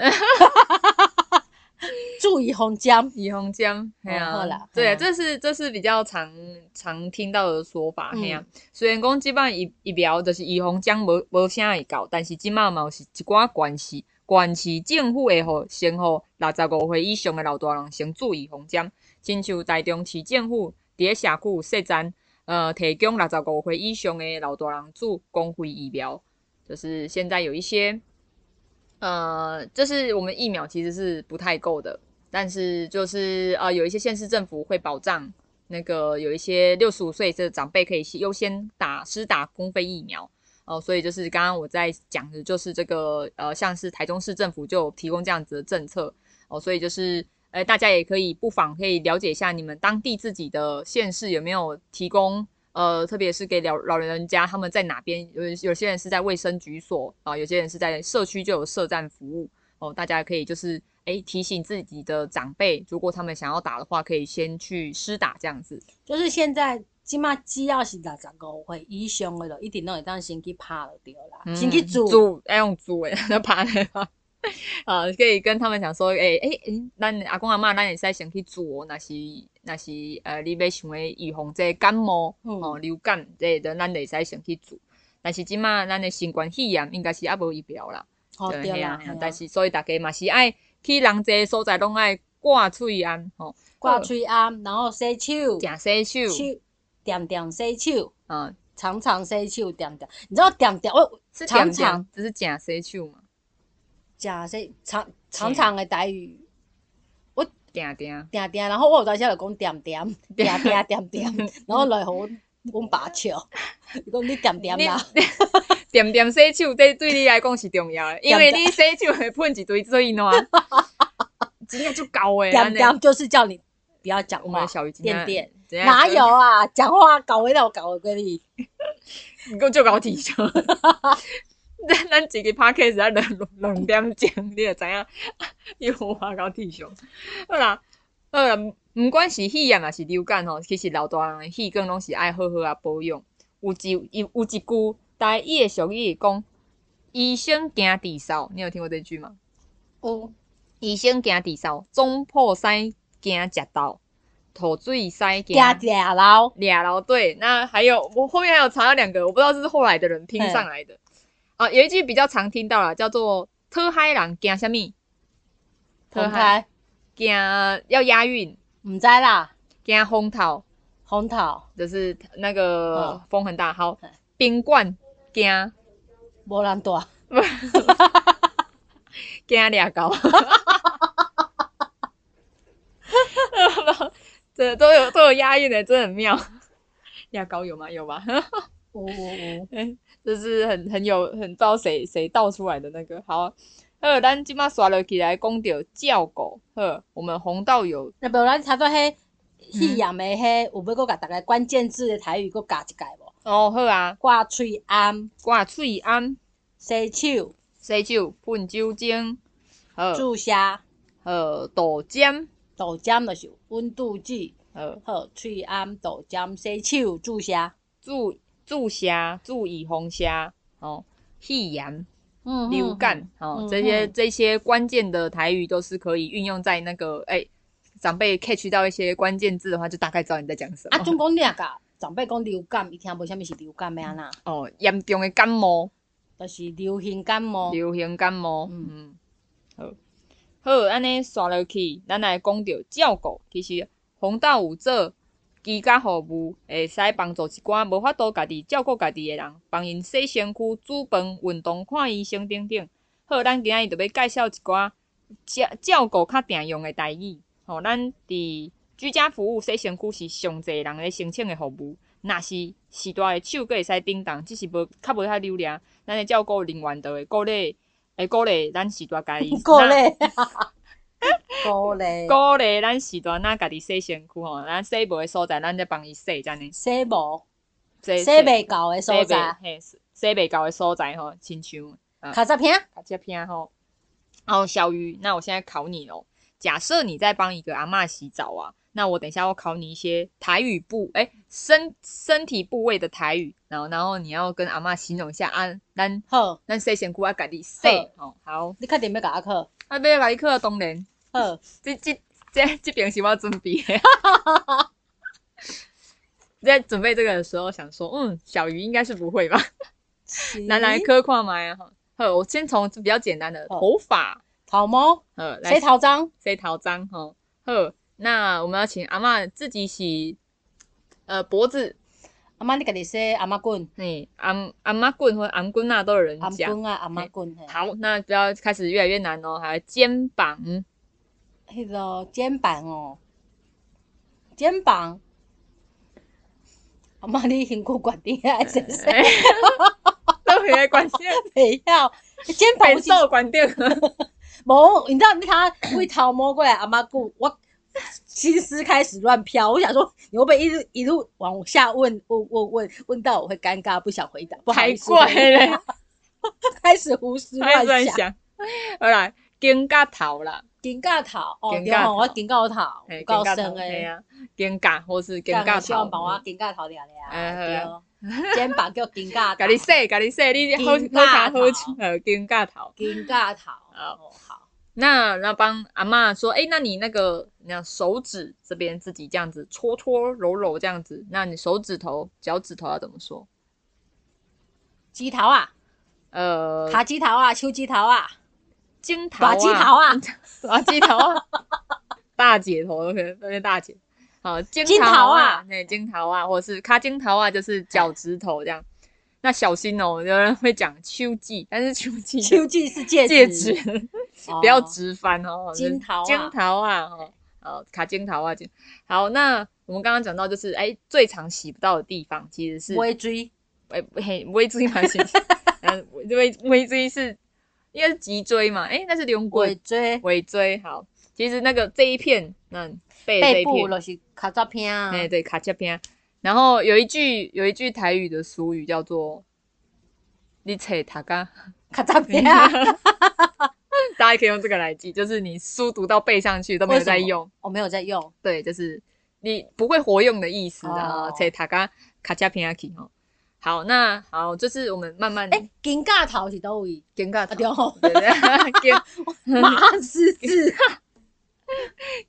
B: 注意防针，
C: 乙红浆，嘿
B: 哦好
C: 啊
B: 啦，
C: 对啊，
B: 嘿啊
C: 这是这是比较常常听到的说法，
B: 嗯
C: 嘿啊。虽然讲即摆疫疫苗就是乙红浆无无啥会到，但是即摆嘛有是一寡关系县市政府会互先互六十五岁以上的老大人先注意防针，亲像台中市政府伫咧社区设站，呃，提供六十五岁以上的老大人做公费疫苗，就是现在有一些，呃，就是我们疫苗其实是不太够的，但是就是呃，有一些县市政府会保障那个有一些六十五岁这长辈可以优先打施打公费疫苗。哦、呃，所以就是刚刚我在讲的，就是这个呃，像是台中市政府就有提供这样子的政策哦、呃，所以就是呃，大家也可以不妨可以了解一下你们当地自己的县市有没有提供呃，特别是给老老人家他们在哪边有有些人是在卫生局所啊、呃，有些人是在社区就有社站服务哦，大家可以就是诶提醒自己的长辈，如果他们想要打的话，可以先去施打这样子，
B: 就是现在。即马只要是六十五岁以上的，就一定拢会当先去拍就对啦，
C: 嗯
B: 先去做。
C: 煮要用煮诶， 那爬来吧。啊，可以跟他们讲说，诶、诶、诶，咱阿公阿嬷咱会使先去煮哦，若是若是呃，你要想要预防这感冒、
B: 嗯
C: 哦流感这个，咱会使先去煮。但是即马咱的新冠肺炎应该是还无疫苗啦，
B: 哦，
C: 对
B: 对
C: 嘿
B: 啦
C: 啊，
B: 嘿啊
C: 但是所以大家嘛是爱去人济的所在拢爱挂喙安吼，
B: 挂喙暗，然后洗手，
C: 定洗手，
B: 手点点洗手，
C: 嗯，
B: 常常洗手，点点。你知道点点我
C: 是
B: 常
C: 常
B: 常
C: 常只是假洗手嘛，
B: 假洗常常常的台语
C: 定定。
B: 点点，然后我有当时就讲点点点点点点，然后来互阮阮爸笑，伊讲你点点啦，
C: 你 点点洗手，这对你来讲是重要的，因为你洗手会喷一堆水 暖，真的就高诶。
B: 点
C: 安尼
B: 点就是叫你不要讲
C: 我们
B: 话
C: 的。小鱼今
B: 点
C: 天
B: 点
C: 怎样
B: 哪有？啊？讲话搞回到搞回你。
C: 你够就搞体笑。 咱咱一个 p a c k a g e 两两点钟，你就知影有偌搞体笑。好啦，好啦，毋管是肺炎还是流感吼，其实老大人的气管拢是爱好好啊保养。有一有有一句台语的俗语讲，医生惊地扫，你有听过这句吗？
B: 有
C: 医生惊地扫，总破师惊食道，吐水师惊
B: 加嗲老，
C: 俩老对。那还有我后面还有查到两个，我不知道是后来的人拼上来的。啊，有一句比较常听到啦，叫做“特嗨人惊什么？
B: 红开，
C: 惊要押韵，
B: 毋知啦，
C: 惊风头，
B: 红头
C: 就是那个
B: 哦
C: 风很大。好
B: 嗯，
C: 宾馆惊
B: 无人带，
C: 惊俩高。 这都有都有押韵的，真的很妙。 俩高有吗？有吧？
B: 有有有，
C: 这是很很有很不知道谁谁倒出来的那个。好，呃，咱今麦刷落起来讲到叫狗，呵，我们红道有
B: 那无咱差不多迄戏也没迄，有要搁甲逐个关键字的台语搁加一解无？
C: 哦好啊，
B: 挂喙暗，
C: 挂喙安，
B: 洗手，
C: 洗手，喷酒精，好，
B: 注射，
C: 呃，豆浆，
B: 豆浆就是温度计，
C: 呃，
B: 好，喙暗，豆浆，洗手，注射。
C: 注注射，注意红虾，哦，肺炎。
B: 嗯
C: 流感，哦
B: 嗯，
C: 这些
B: 嗯
C: 这些关键的台语都是可以运用在那个哎、长辈 catch 到一些关键字的话，就大概知道你在讲什么。
B: 啊，总讲你若甲长辈讲流感，伊听无啥物是流感要安那，
C: 哦，严重的感冒，
B: 就是流行感冒。
C: 流行感冒，
B: 哦嗯
C: 嗯，好，好，安尼刷落去，咱来讲到照顾，其实红道有做居家服务，会使帮助一寡无法度家己照顾家己的人，帮因洗身躯、煮饭、运动、看医生等等。好，咱今仔日就要介绍一寡照照顾较常用的代志，吼、咱伫居家服务洗身躯是上侪人咧申请的服务，若是时代的手阁会使叮当，只是无较无遐流量，咱的照顾人员就会鼓励，会鼓励咱时代家己
B: 鼓励，鼓励，
C: 鼓励咱时段咱家己洗身躯吼，咱洗无的所在，咱再帮伊洗，这样呢，
B: 洗无
C: 洗
B: 洗袂到的所
C: 洗袂
B: 在，
C: 嘿，洗袂到的所在吼，亲像
B: 卡扎片
C: 啊这片吼。然后小鱼，那我现在考你咯，假设你在帮一个阿嬷洗澡啊，那我等一下要考你一些台语部，哎，身身体部位的台语，然后然后你要跟阿嬷形容一下啊，咱
B: 好，
C: 咱洗身躯啊，家己洗吼，好，
B: 你确定要甲我去？
C: 啊，要来去当然。
B: 好，
C: 这这这这边是我准备 的。在准备这个的时候，想说，嗯，小鱼应该是不会吧？
B: 是
C: 来来，科看麦啊，哈呵，我先从比较简单的
B: 好
C: 头发，
B: 桃猫，
C: 呃，来
B: 谁桃章？
C: 谁陶章哈呵，那我们要请阿嬷自己洗，呃脖子，
B: 阿妈你跟你说阿妈棍，
C: 嗯，阿阿妈棍或阿棍那都有人
B: 阿
C: 讲。
B: 棍啊，阿妈棍。嘿
C: 好，那不要开始越来越难哦，还有肩膀，
B: 迄个肩膀哦，肩膀。阿妈，你辛苦决定 爱谁谁
C: 哎都回来管 线，
B: 袂晓？肩膀
C: 北
B: 有时
C: 受 管电了。
B: 无，你知道你他为头摸过来阿妈顾我。心思开始乱飘，我想说你会不会一路一路往下问问问问问到我会尴尬，不想回答，不好意思，
C: 太怪嘞，
B: 开始胡思
C: 乱
B: 乱想，
C: 想。好啦，肩胛头啦，
B: 尴尬头哦，
C: 尴尬
B: 对吼
C: 头
B: 我尴尬头，
C: 嘿
B: 有够深
C: 嘿
B: 诶，
C: 啊，肩胛或是肩
B: 干
C: 胛
B: 希望帮我
C: 头。
B: 尴尬头抓抓
C: 嗯哎好
B: 啊，对，肩膀叫尴尬头，
C: 甲你说，甲你说，你好
B: 肩
C: 好卡
B: 胛头
C: 好巧，呃，肩胛头。
B: 尴尬头，哦好，
C: 那那帮阿嬷说，哎、那你那个你看手指这边自己这样子搓搓揉揉这样子，那你手指头、脚趾头要怎么说？
B: 鸡头啊，
C: 呃，
B: 卡鸡头啊，手鸡头 啊，
C: 金头
B: 大
C: 啊，
B: 鸡头 啊，
C: 大鸡头啊，大姐头，OK，那边大姐。好，金
B: 金
C: 头
B: 头
C: 啊
B: 啊，
C: 那金头啊，或是卡金头啊，就是脚趾头这样。那小心哦，有人会讲秋季，但是秋季
B: 手指是戒
C: 戒
B: 指
C: 指，
B: 哦
C: 不要直翻哦，
B: 金桃啊
C: 金桃啊，哦，哦，卡金桃啊，金好。那我们刚刚讲到，就是哎，最常洗不到的地方其实是
B: 微锥，
C: 哎嘿微椎嘛，洗， 嗯，微微椎是应该是脊椎嘛，哎，那是龙
B: 尾
C: 骨
B: 椎，
C: 尾椎。好，其实那个这一片，那背这
B: 背
C: 一
B: 部
C: 片，
B: 就是卡照片啊，
C: 哎，对，卡切片。然后有一句有一句台语的俗语叫做“你扯塔嘎”。
B: 卡照片啊，
C: 嗯 大家可以用这个来记，就是你书读到背上去都没有在
B: 为什么
C: 用，
B: 我没有在用，
C: 对，就是你不会活用的意思啊。
B: 哦
C: 切塔嘎卡加平阿基哦。好，那好，就是我们慢慢
B: 哎，金尬头是倒位？
C: 尴尬
B: 啊
C: 头，
B: 对吼，
C: 对对， 尴
B: 马汉十字，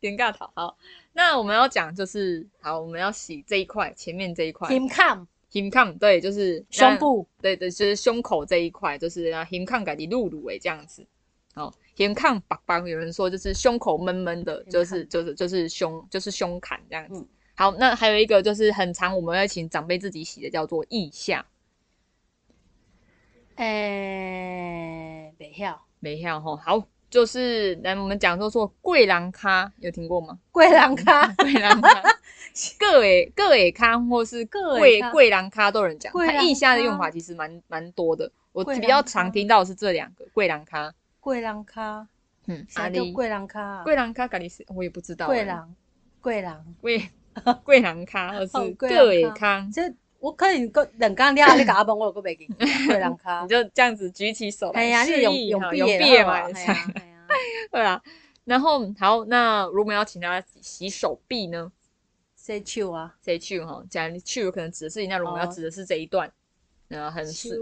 C: 尴尬头。好，那我们要讲就是，好，我们要洗这一块，前面这一块
B: 金坎，
C: ，him come，对，就是
B: 胸，部，
C: 那对对，就是胸口这一块，就是让 him come 改你露乳哎这样子。哦，him come 白白，有人说就是胸口闷闷的，
B: 坎
C: 就是就是就是胸就是胸坎这样子。
B: 嗯
C: 好，那还有一个就是很常我们要请长辈自己洗的，叫做腋下。
B: 诶，袂晓，
C: 没跳吼，好，就是来我们讲说说贵人咖，有听过吗？
B: 贵人 卡，
C: 贵人咖， 个诶个诶咖，或是
B: 个
C: 贵
B: 尾咖
C: 贵人咖都有人讲。
B: 贵人
C: 它
B: 咖
C: 腋下的用法其实蛮蛮多的，我
B: 贵人
C: 比
B: 咖
C: 较常听到的是这两个贵人咖。
B: 贵人卡，
C: 嗯，
B: 啥叫贵人卡？
C: 贵人咖，咖喱是我也不知道欸。
B: 啊贵人，贵人，
C: 贵 贵人咖，或
B: 哦
C: 是
B: 贵
C: 个
B: 人
C: 诶
B: 咖
C: 咖，
B: 这我可能个两工了，你甲我问我，我袂 记贵人卡
C: 你。就这样子举起手
B: 哎
C: 来
B: 呀，
C: 示
B: 你
C: 意，
B: 用
C: 哈
B: 用毕
C: 毕
B: 业
C: 业
B: 嘛
C: 嘛，，
B: 哎呀哎呀
C: 对啊，然后好，那如果要请大家洗手臂呢？
B: 洗手啊，
C: 谁去哈？假如去有可能指的是人家，如果我们要
B: 哦
C: 指的是这一段，然后很
B: 手
C: 是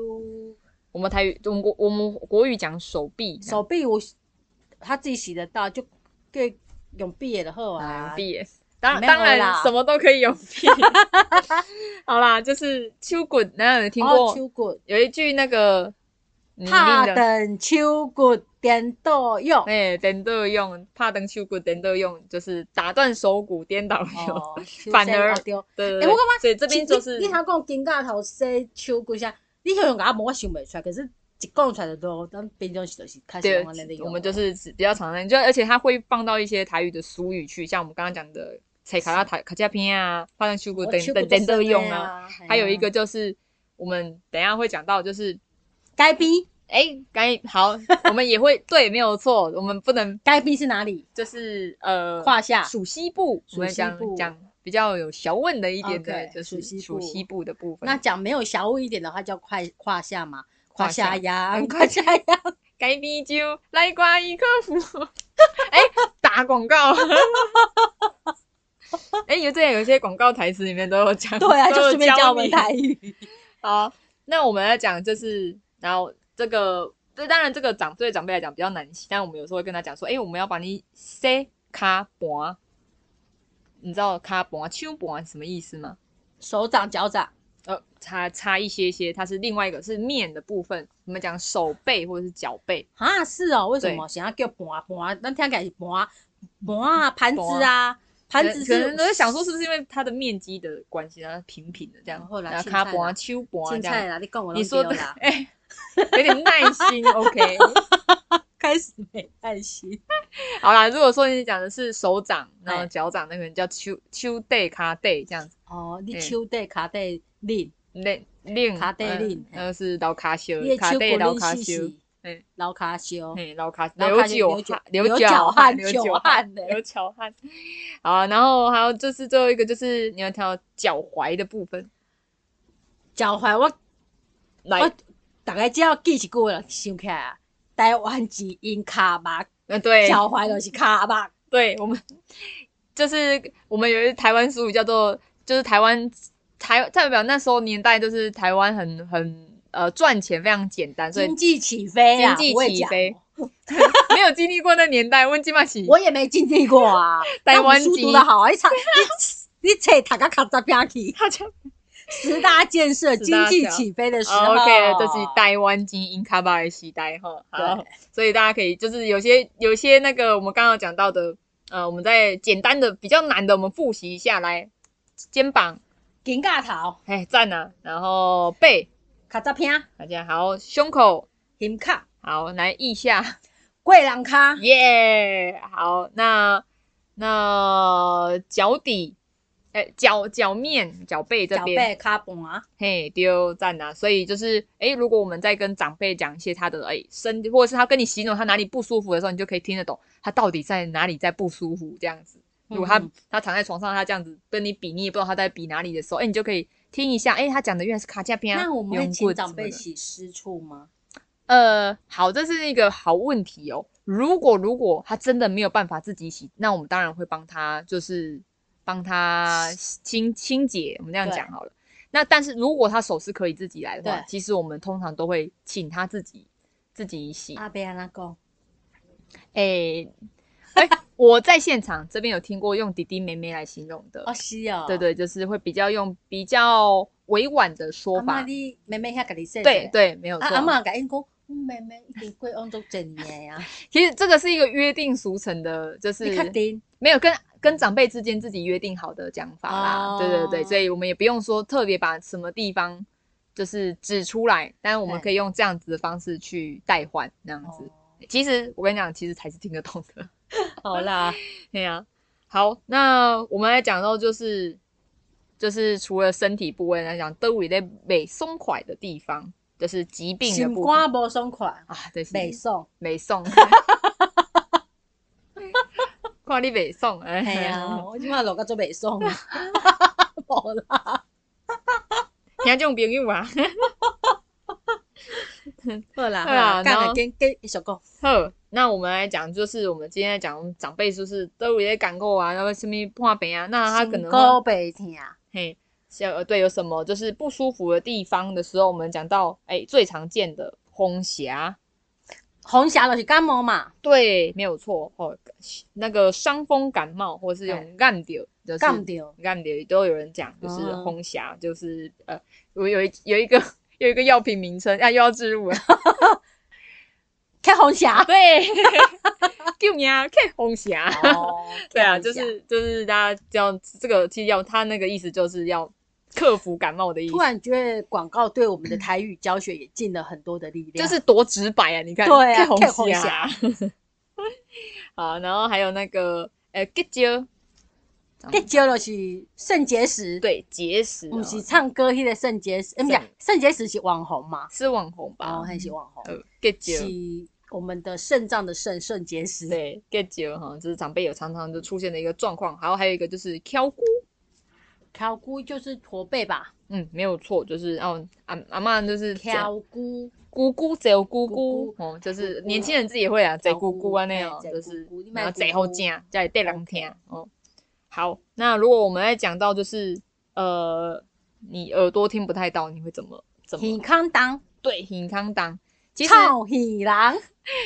C: 我们台语，我们国我们国语讲手臂，
B: 手臂我他自己洗得到，就叫用毕业的好
C: 啊
B: 啊
C: 用。臂，当
B: 没有
C: 当然
B: 啦
C: 什么都可以用臂。 好啦，就是秋滚，然后有听
B: 哦，
C: 过
B: 手骨，
C: 有一句那个泥
B: 怕
C: 泞的，
B: 等手骨颠倒用。
C: 哎，颠倒用，怕等秋滚颠倒用，就是打断手骨颠倒用。
B: 哦，手
C: 反
B: 先
C: 而
B: 哦对
C: 对对
B: 哎
C: 对，
B: 我感觉
C: 所以这边就
B: 其
C: 是
B: 你你头讲肩胛头洗手骨啥，你形容甲我问我想袂出来，可是一讲出来就都，咱平常时就是开始
C: 对
B: 用安啊尼，
C: 我们就是只比较常见，就而且它会放到一些台语的俗语去，像我们刚刚讲的“切卡拉台卡加片”啊，“发生
B: 哦
C: 修骨等等等都用啊。
B: 啊。嘿啊
C: 还有一个就是我们等一下会讲到，就是
B: 该逼，
C: 哎，该好，我们也会对，没有错，我们不能
B: 该逼是哪里？
C: 就是呃
B: 胯下
C: 属西部，我
B: 属
C: 们
B: 西
C: 讲
B: 部
C: 讲比较有学问的一点的，
B: OK，
C: 就
B: 属
C: 是
B: 西
C: 属
B: 部
C: 西部的部分。
B: 那讲没有小物一点的话，叫胯胯下嘛，
C: 胯
B: 胯
C: 下
B: 下
C: 嗯
B: 羊，
C: 胯
B: 胯下羊，
C: 该啤酒来刮一克 服。哎、打广告。 哎、有这有一些广告台词里面都有 讲，
B: 对啊，
C: 都
B: 就
C: 有
B: 顺便教我们
C: 你
B: 台语。
C: 好，那我们要讲就是，然后这个，这当然这个长对长辈来讲比较难洗，但我们有时候会跟他讲说，哎、我们要把你塞卡盘，你知道卡盘、手盘是什么意思吗？
B: 手掌、脚掌，
C: 呃，差差一些些，它是另外一个是面的部分，我们讲手背或者是脚背，
B: 啊，是哦，为什么想要叫盘啊盘？咱听起来是盘盘啊，盘子啊，盘子
C: 可
B: 是
C: 能可能都在想说是不是因为它的面积的关系，然后平平的这样，
B: 然后啦
C: 然后
B: 青菜
C: 卡盘啊、
B: 啦
C: 秋盘啊
B: 青
C: 这
B: 菜
C: 样。
B: 啦，你讲我
C: 你
B: 拢
C: 说
B: 丢
C: 的
B: 啦，
C: 哎、有点耐心，OK。
B: 开始没耐 心。
C: 好啦，如果说你讲的是手掌，然后
B: 哎
C: 脚掌那个人叫秋秋对卡对这样子，
B: 哦，你
C: 嗯
B: 手底卡底拎，
C: 令令
B: 脚底令哎
C: 那个呃是老卡修
B: 你，的
C: 嗯卡
B: 手
C: 对
B: 骨
C: 老
B: 拎
C: 卡
B: 死
C: 修，
B: 死
C: 嗯，
B: 老卡修。
C: 嘿，老卡
B: 老卡
C: 久
B: 是
C: 汗，
B: 流
C: 脚
B: 脚
C: 汗，
B: 汗
C: 流
B: 久
C: 久
B: 汗呢
C: 流脚汗。好啊，然后还有就是最后一个就是你要挑脚踝的部分
B: 脚踝我
C: 来
B: 我，大概只要记一句话就想起来啊，台湾是因卡目，
C: 呃，对，
B: 脚踝就是卡目。
C: 对我们就是我们有一台湾俗语叫做，就是台湾台代表那时候年代，就是台湾很很呃赚钱非常简单，所以
B: 经济起飞啊，
C: 经济
B: 我也
C: 起
B: 讲
C: 飞没有经历过那年代。温基玛奇，
B: 我也没经历过啊。
C: 台
B: 但
C: 湾
B: 我书
C: 籍
B: 读的好啊，你查你你册读个卡扎边去，
C: 他就
B: 十大建设
C: 十大
B: 经
C: 条
B: 济起飞的时候、
C: o k 这哦是台湾金英卡巴的时代哈。好
B: 对，
C: 所以大家可以就是有些有些那个我们刚刚有讲到的，呃，我们在简单的比较难的，我们复习一下来，肩膀，
B: 金盖头、
C: 哎，赞啊，然后背，
B: 卡扎片、
C: 大家好，胸口。
B: 银卡、
C: 好，来意下，
B: 贵人卡、
C: 耶、好，那那脚底，哎、脚脚面、脚背这
B: 脚
C: 边，
B: 背卡盘。
C: 嘿，丢赞呐。所以就是，哎、如果我们在跟长辈讲一些他的哎、身，或者是他跟你形容他哪里不舒服的时候，你就可以听得懂他到底在哪里在不舒服这样子。如果他、
B: 嗯
C: 他躺在床上，他这样子跟你比，你也不知道他在比哪里的时候，哎、你就可以听一下，哎、他讲的原来是卡架边啊，
B: 那我们
C: 用
B: 会请
C: 棍什
B: 长
C: 么
B: 辈
C: 的
B: 洗私处吗？
C: 呃，好，这是一个好问题哦。如果如果他真的没有办法自己洗，那我们当然会帮他，就是帮他清清洁，我们这样
B: 对
C: 讲好了。那但是如果他手是可以自己来的话
B: 对，
C: 其实我们通常都会请他自己自己洗。
B: 阿贝安拉讲，
C: 诶、哎我在现场这边有听过用弟弟妹妹来形容的，
B: 哦是哦，
C: 对，对，就是会比较用比较委婉的说
B: 阿妈
C: 法。
B: 你妹妹遐甲你说，
C: 对，对，没有错。
B: 啊阿阿妈甲因讲，阮妹妹一定过往都整年啊，
C: 其实这个是一个约定俗成的，就是
B: 你确定？
C: 没有跟跟长辈之间自己约定好的讲法啦。
B: 哦
C: 对对对，所以我们也不用说特别把什么地方就是指出来，但是我们
B: 对哦
C: 可以用这样子的方式去代换，那样子。其实我跟你讲，其实才是听得懂的。
B: 好啦，
C: 对呀、好，那我们来讲到就是就是除了身体部位来讲，都有在美松快的地方，就是疾病的
B: 心
C: 部分
B: 肝无爽快，
C: 啊，对，是
B: 袂爽，
C: 美送。看你美送，哎
B: 系啊，我即满落个做袂爽 啊，无啦，
C: 听众朋友啊，
B: 好啦，
C: 好
B: 好
C: 啦
B: 啦，
C: 然
B: 干
C: 后
B: 个跟跟继续讲，
C: 好，那我们来讲，就是我们今天讲长辈，就是都有些感冒啊，然后什么破病啊，那他可能
B: 心
C: 会
B: 肝袂疼，
C: 嘿，像呃对，有什么就是不舒服的地方的时候，我们讲到哎、最常见的红霞，
B: 红霞就是感冒嘛，
C: 对，没有错哦，那个伤风感冒或是用干掉，就是
B: 感着，
C: 哎干掉都有人讲，就是
B: 哦
C: 红霞，就是呃，我有一有一个有一个药品名称啊，又要植入 了。，
B: 看红霞
C: 对， 救命啊！看红霞。
B: 哦
C: 对啊，
B: 看
C: 就
B: 红霞
C: 是就是大家要这个，其实要他那个意思就是要克服感冒的意思
B: 突，然觉得广告对我们的台语教学也尽了很多的力量，
C: 就是多直白啊！你看，
B: 对啊
C: 看红
B: 看红
C: 霞。啊，然后还有那个呃结石，
B: 结石就是肾结石，，
C: 对结石哦，
B: 不是唱歌迄个肾结石，哎，不是肾结石是网红嘛，
C: 是网红吧？
B: 哦，还是网红，
C: 呃结
B: 是
C: 石，
B: 我们的肾脏的肾肾结石，
C: 对结石哈，就是长辈有常常就出现的一个状况。然后还有一个就是挑骨，
B: 挑姑就是驼背吧，
C: 嗯，没有错，就是哦阿阿嬷就是
B: 挑姑
C: 姑姑贼姑姑
B: 姑，
C: 哦，就是
B: 姑姑
C: 年轻人自己也会啊，贼
B: 贼姑
C: 姑姑
B: 姑
C: 啊那样，
B: 嘿
C: 就
B: 贼
C: 是
B: 姑姑你买
C: 然后
B: 姑姑
C: 贼好听，再带人听哦。好，那如果我们在讲到就是呃，你耳朵听不太到，你会怎么怎
B: 耳
C: 么
B: 康当，
C: 对很康当？其实
B: 臭耳狼，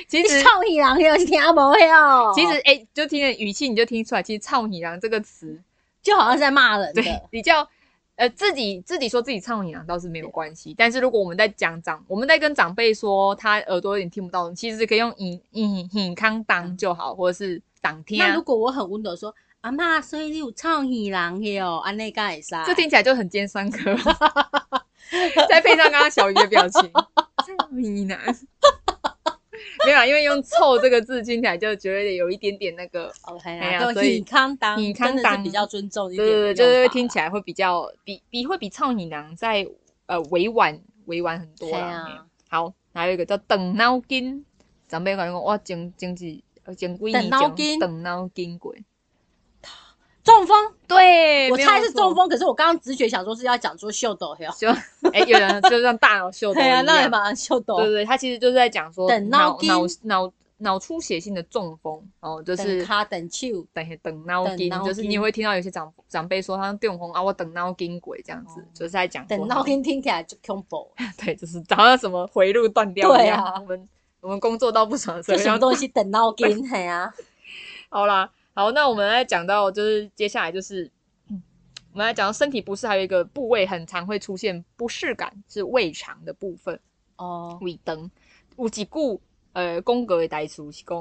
C: 其
B: 你
C: 实
B: 臭耳狼，你听无了？
C: 其实哎、就听的语气你就听出来，其实“操你娘”这个词
B: 就好像在骂人
C: 对
B: 的，
C: 比较呃，自己自己说自己唱你囊倒是没
B: 啊
C: 有关系，但是如果我们在讲长，我们在跟长辈说他耳朵有点听不到，其实可以用隐隐隐康当就好，或者是挡听
B: 嗯
C: 啊。
B: 那如果我很温柔说，阿妈，所以你有唱戏人嘿哦，安内干会使。
C: 这听起来就很尖酸刻薄， 再配上刚刚小鱼的表情，你囊。 没有啊，因为用“臭”这个字听起来就觉得有一点点那个，
B: OK
C: 哎呀
B: 哦啦，就
C: 所以
B: 以康当，
C: 以康
B: 真的
C: 当
B: 是比较尊重一
C: 对
B: 点的
C: 对对，
B: 用法啦，
C: 就是会听起来会比较比比会比唱你囊在呃委婉委婉很多啦。
B: 对
C: 嘿好，还有一个叫等脑筋，长辈讲我前前几呃前几年
B: 长脑筋
C: 等脑筋过，
B: 中风，
C: 对，
B: 我
C: 哎没有
B: 猜是
C: 错
B: 中。风，可是我刚刚直觉想说是要讲说秀斗嘿哦，
C: 就 哎、有人就像大脑 秀的
B: 对啊，
C: 一
B: 那也
C: 样
B: 马上秀斗
C: 对，对对，他其实就是在讲说
B: 等
C: 脑
B: 脑筋
C: 脑脑脑出血性的中风，哦，就
B: 等
C: 是
B: 卡等秋，
C: 等一等脑筋
B: 等，脑筋
C: 就是你会听到有些长长辈说他电红啊，我等脑筋鬼这样子，
B: 哦
C: 就是在讲说
B: 等
C: 他
B: 闹天听起来就恐 怖，
C: 对，就是好像什么回路断掉一样。
B: 对啊
C: 我们我们工作到不爽的时
B: 这
C: 候，
B: 什么东西等闹 天嘿啊，
C: 好啦，好，那我们来讲到就是接下来就是，嗯我们来讲到身体不适，还有一个部位很常会出现不适感，是胃肠的部分。
B: 哦，
C: 胃肠有一句呃广告的台词是讲，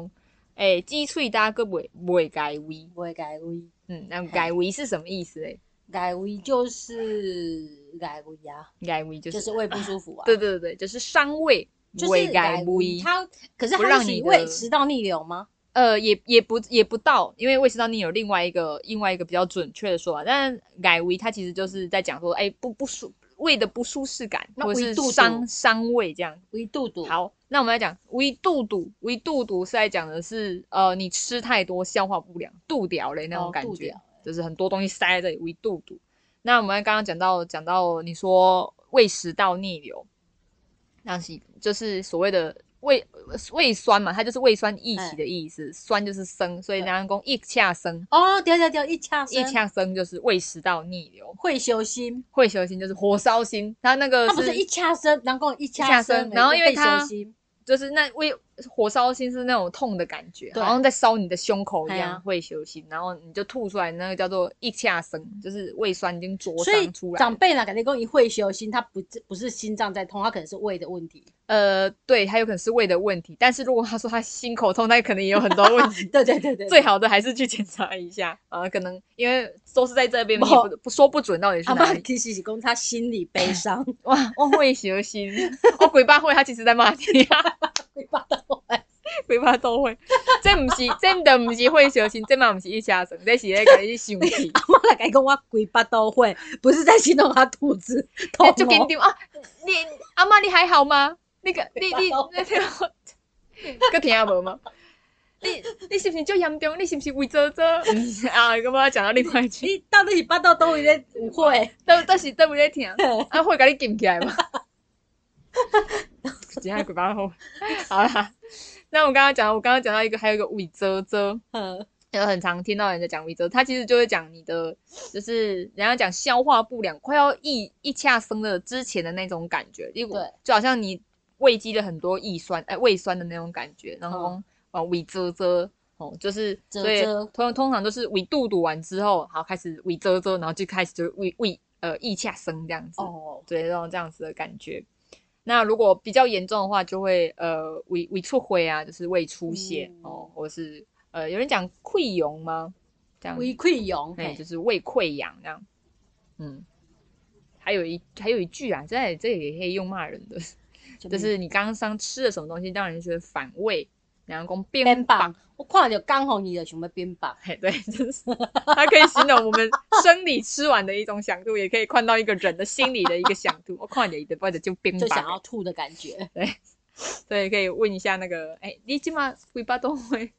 C: 诶、欸，鸡喙搭个袂袂解胃，
B: 不会改位，
C: 嗯，那解胃是什么意思嘞？
B: 改位就是改位啊，
C: 解胃就是、
B: 就是胃不舒服啊，
C: 对对对对，就是伤胃，
B: 就是
C: 解
B: 改
C: 胃
B: 胃，。它可是
C: 不
B: 它
C: 让
B: 是属
C: 你
B: 于
C: 的
B: 胃食道逆流吗？
C: 呃，也也不也不到，因为胃食道逆有另外一个另外一个比较准确的说法，啊但改胃它其实就是在讲说，哎、不不舒胃的不舒适感，
B: 那
C: 或者
B: 胃
C: 是
B: 肚肚
C: 伤伤胃这样。
B: 胃肚肚，
C: 好，那我们来讲胃肚肚，胃肚肚是在讲的是呃，你吃太多消化不良，肚屌嘞那种
B: 哦
C: 感
B: 肚
C: 觉，
B: 屌
C: 就是很多东西塞在这里，胃肚肚。那我们刚刚讲到讲到你说胃食道逆流，那是就是所谓的胃胃酸嘛，它就是胃酸一起的意
B: 哎
C: 思，酸就是生，所以人家讲一恰生，
B: 哦，掉掉掉，一掐
C: 一
B: 声，
C: 恰生就是胃食道逆流，
B: 会修心。
C: 会修心就是火烧心，它那个
B: 它不是一掐声，然后一
C: 一掐
B: 掐
C: 声
B: 声，
C: 然后因为
B: 被
C: 它
B: 休息
C: 就是那胃火烧心是那种痛的感觉，
B: 对
C: 好像在烧你的胸口一
B: 哎
C: 样，
B: 呀
C: 会修心，然后你就吐出来，那个叫做一恰生，就是胃酸已经灼
B: 所以
C: 伤出来了
B: 长。辈呢，感觉跟一会修心，他不是不是心脏在痛，他可能是胃的问题。
C: 呃，对，还有可能是胃的问题，但是如果他说他心口痛，那可能也有很多问题。
B: 对对对对，
C: 啊最好的还是去检查一下，呃，可能因为都是在这边，你
B: 不
C: 也
B: 啊
C: 不不说不准到底是
B: 阿
C: 哪
B: 妈
C: 里。
B: 提起供他心里悲伤，
C: 哇，我会学心，哦，鬼八会，他其实在骂你啊，
B: 会把到我来
C: 鬼八都会。这不是，这的不是会学心，这嘛不是一下生，这是在跟你生气，
B: 阿妈来讲我鬼巴都会，不是在形容他肚子痛
C: 哎
B: 哦
C: 就给丢啊！你阿妈你还好吗？那个你你那条， 个听下无吗？你你是不是就严重？你是不是胃遮遮？嗯 啊，咁我讲到另外一句，
B: 你到底是巴到都有点误会，
C: 都都是都不咧听。啊，会给你禁起来 吗？只下鬼巴后，好啦。那我刚刚讲，我刚刚讲到一个，还有一个尾遮遮，
B: 嗯
C: 有呃很常听到人家讲尾遮，它其实就会讲你的，就是人家讲消化不良，快要一一恰生的之前的那种感觉，例如
B: 对
C: 就好像你胃积了很多胃酸，哎、胃酸的那种感觉，然后
B: 嗯
C: 哦尾遮遮。哦，就是，
B: 遮
C: 所以
B: 遮
C: 通通常都是胃肚肚完之后，好开始胃遮遮，然后就开始就胃胃呃腋下生这样 子。
B: 哦，
C: 对，那种这样子的感觉。那如果比较严重的话，就会呃胃胃出灰啊，就是胃出血、
B: 嗯
C: 哦，或是呃有人讲溃疡吗？这样，
B: 胃溃疡，
C: 哎、
B: 嘿
C: 就是胃溃疡这样。嗯，还有一还有一句啊，这这也可以用骂人的，就是你刚刚吃了什么东西让人觉得反胃，然后讲
B: 边
C: 变
B: 膀，我看到刚好你的想要边膀，
C: 哎，对，就是 它可以形容我们生理吃完的一种响度，也可以看到一个人的心理的一个响度。我看你的或者就变
B: 就
C: 棒
B: 想要吐的感觉。
C: 对，可以问一下那个，哎、你起码尾巴都会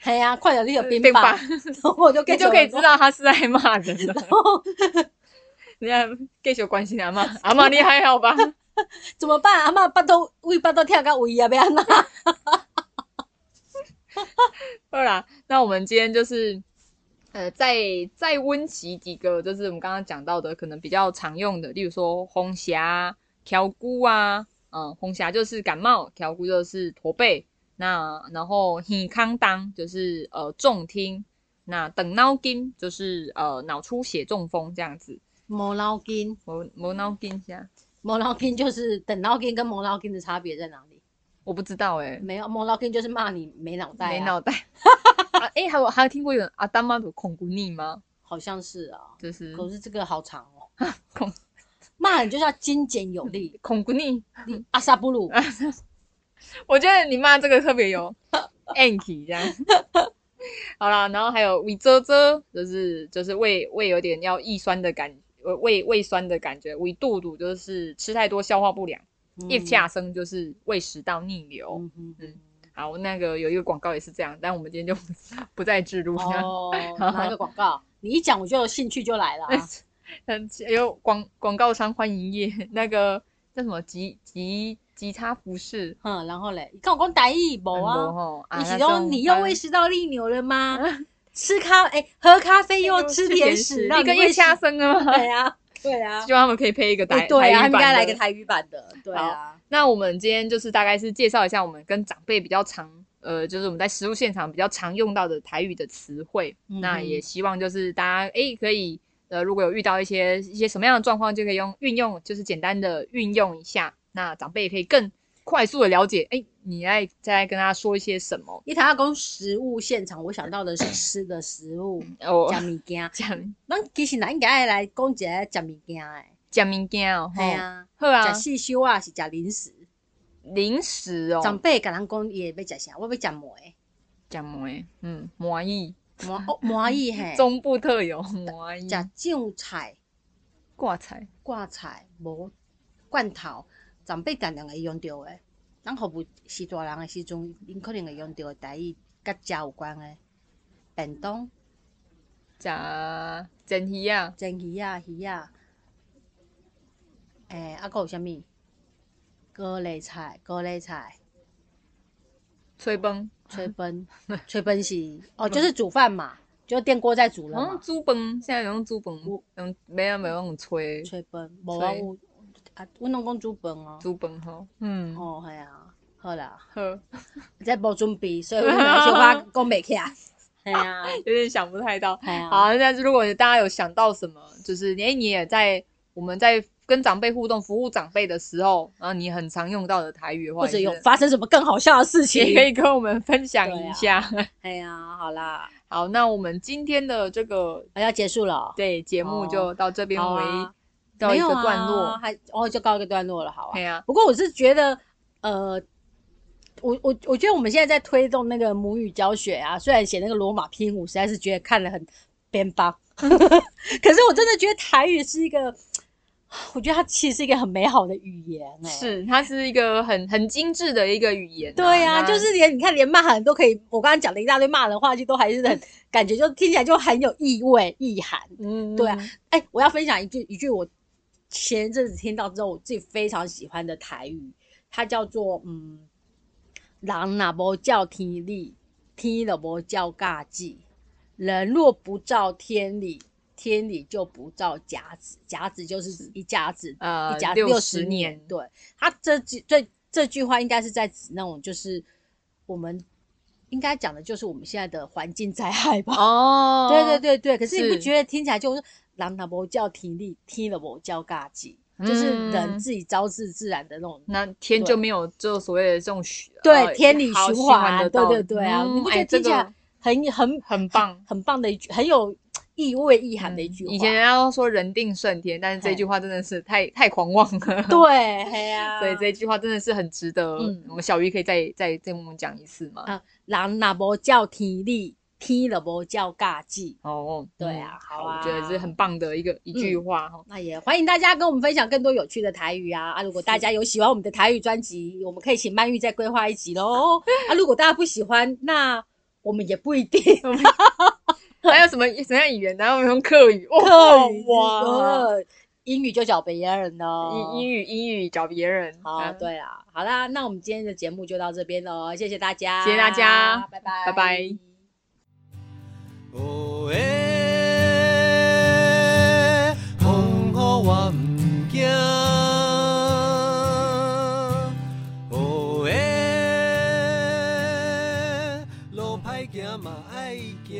B: 嘿呀，看到你有边
C: 变
B: 膀
C: 棒，，
B: 然后 我就
C: 你
B: 跟
C: 就可以知道他是在骂人的。
B: 道。
C: 人家继续关心阿妈，阿妈你还好吧？
B: 怎么办？阿妈巴肚胃巴肚跳到胃啊，要 安那？
C: 好啦，那我们今天就是，呃，再再温习几个，就是我们刚刚讲到的，可能比较常用的，例如说红霞、调菇啊，嗯，红霞就是感冒，调菇就是驼背，那然后耳康当就是呃重听，那等脑筋就是呃脑出血中风这样子。
B: 磨捞筋，
C: 我我脑筋一啊下，
B: 磨捞筋就是等捞筋跟磨捞筋的差别在哪里？
C: 我不知道哎、
B: 没有，磨捞筋就是骂你没脑袋、
C: 没，脑 袋。啊哎、还有还有听过有人阿丹妈的恐骨逆吗？
B: 好像是啊。
C: 就是
B: 可是这个好长 哦，
C: 恐
B: 骂人就是要精简有力，
C: 恐骨逆。
B: 你阿萨布鲁，
C: 我觉得你骂这个特 别有 anky 这样。 好啦，然后还有胃啧啧，就是就是胃胃有点要易酸的感呃胃胃酸的感觉，胃肚肚就是吃太多消化不良，一下生就是胃食道逆流。
B: 嗯哼
C: 嗯好，那个有一个广告也是这样，但我们今天就 不再置入。
B: 哦，哪个广告？你一讲我就有兴趣就来了、 啊。
C: 嗯，有广广告商欢迎业， 那个叫什么吉吉吉他服饰，
B: 嗯，然后嘞，你跟我讲台语无
C: 嗯
B: 啊？
C: 吼
B: 你是
C: 那
B: 说
C: 种
B: 你又
C: 翻
B: 胃食道逆流了吗？吃咖哎、喝咖啡 又吃甜食，让
C: 一个
B: 胃
C: 夜
B: 食
C: 掐生的吗？
B: 对啊，对啊
C: 希，望他们可以配一个台、
B: 哎对啊，他
C: 台
B: 们应
C: 语
B: 该
C: 版的
B: 来个。台语版的，对啊，
C: 那我们今天就是大概是介绍一下我们跟长辈比较常，呃，就是我们在食物现场比较常用到的台语的词汇。
B: 嗯哼
C: 那也希望就是大家诶可以呃，如果有遇到一些一些什么样的状况，就可以用运用，就是简单的运用一下，那长辈也可以更快速的了解，诶，你在在跟他说一些什么。
B: 一谈到讲食物现场，我想到的是吃 的食物，
C: 哦，
B: 食物件。
C: 讲
B: 咱其实咱应该来讲一下食物件的，
C: 讲物件哦，
B: 系啊，
C: 吼，好啊，
B: 食四烧啊是食零食。
C: 零食哦，
B: 长辈甲咱讲伊会要食啥，我要食糜，
C: 讲梅，嗯，麻意，
B: 糜哦糜伊嘿，
C: 中部特有 麻意，
B: 食酱菜、
C: 挂菜，
B: 挂菜、无罐头，长辈常常会用到的。咱服务是大人的时阵，因可能会用到的台语甲食有关的便当、
C: 加蒸鱼啊，
B: 蒸鱼啊、鱼啊，诶、啊，搁有啥物？高丽菜、高丽菜、
C: 吹崩，
B: 炊 饭、炊饭是哦，就是煮饭嘛，就电锅在煮了
C: 好像
B: 嘛。
C: 猪崩，现在有用猪崩
B: 我，
C: 用没有没有用吹
B: 炊饭无啊，
C: 炊
B: 有啊，阮拢讲煮饭哦。
C: 猪崩吼，嗯，
B: 哦，系啊，好啦。
C: 呵，
B: 这无准备， 所以我们小可讲袂起来。系啊，
C: 有点想不太到。
B: 系啊，
C: 好，那如果大家有想到什么，就是哎，你也在我们在跟长辈互动、服务长辈的时候，然后你很常用到的台语的话，
B: 或者
C: 也
B: 有
C: 是
B: 发生什么更好笑的事情
C: 也？可以跟我们分享
B: 对
C: 一
B: 啊
C: 下。
B: 哎呀，好啦，
C: 好，那我们今天的这个
B: 我要结束了哦，
C: 对，节目
B: 哦
C: 就到这边
B: 好
C: 为
B: 啊
C: 到
B: 没
C: 一
B: 有
C: 个
B: 啊
C: 段落。
B: 还哦就告一个段落了，好啊
C: 对。呀，
B: 不过我是觉得，呃，我我我觉得我们现在在推动那个母语教学啊，虽然写那个罗马拼音，实在是觉得看了很边 帮，可是我真的觉得台语是一个，我觉得它其实是一个很美好的语言、欸，
C: 是它是一个很很精致的一个语言啊。
B: 对呀、
C: 那
B: 就是连你看，连骂人都可以。我刚刚讲了一大堆骂人话，就都还是很感觉就听起来就很有意味、意涵。
C: 嗯，
B: 对啊哎、我要分享一句一句我前一阵子听到之后，我自己非常喜欢的台语，它叫做嗯，人若无照天理，天就无照尬计。人若不照天理，天理就不照甲子，甲子就是一甲子
C: 呃
B: 一家
C: 六
B: 十
C: 年，
B: 对他这句这这句话应该是在指那种就是我们应该讲的就是我们现在的环境灾害吧？
C: 哦，
B: 对对，对对，可是你不
C: 是
B: 觉得听起来就是狼那不叫体力，踢了不叫尬技，就是人
C: 嗯
B: 自己招致自然的那种。
C: 那天
B: 对
C: 就没有就所谓的这种循
B: 对
C: 呃
B: 天理
C: 好
B: 循
C: 循环
B: 环，
C: 的
B: 对
C: 道
B: 对
C: 理
B: 对啊，
C: 嗯
B: 你不觉
C: 哎
B: 得听
C: 这
B: 起来
C: 个
B: 很很
C: 很棒？
B: 很棒的一句，很有意味意涵的一
C: 嗯
B: 句话。
C: 以前人家都说人定胜天，但是这
B: 嘿
C: 句话真的是太太狂妄了。
B: 对，嘿呀，
C: 所以这句话真的是很值得。
B: 嗯
C: 我们小鱼可以再再再跟我们讲一次吗？
B: 啊，人若无照天理，天就无照价值。
C: 哦，
B: 对啊
C: 嗯
B: 好
C: 我觉得
B: 啊嗯
C: 是很棒的一个一句 话哈。
B: 那也欢迎大家跟我们分享更多有趣的台语啊！啊，如果大家有喜欢我们的台语专辑，我们可以请曼玉再规划一集 喽。啊，如果大家不喜欢，那我们也不一定。
C: 还有什么什么样语言？然后我们用客语，哇
B: 客语
C: 哇，
B: 呃英语就找别人喽。
C: 英英
B: 语
C: 语英语找别人。
B: 好，
C: 嗯，
B: 对啦，好啦，那我们今天的节目就到这边喽，谢谢大家，
C: 谢谢大家
B: 拜拜，
C: 拜拜。
A: 哦耶，风雨我毋惊。哦耶，路歹行嘛爱行。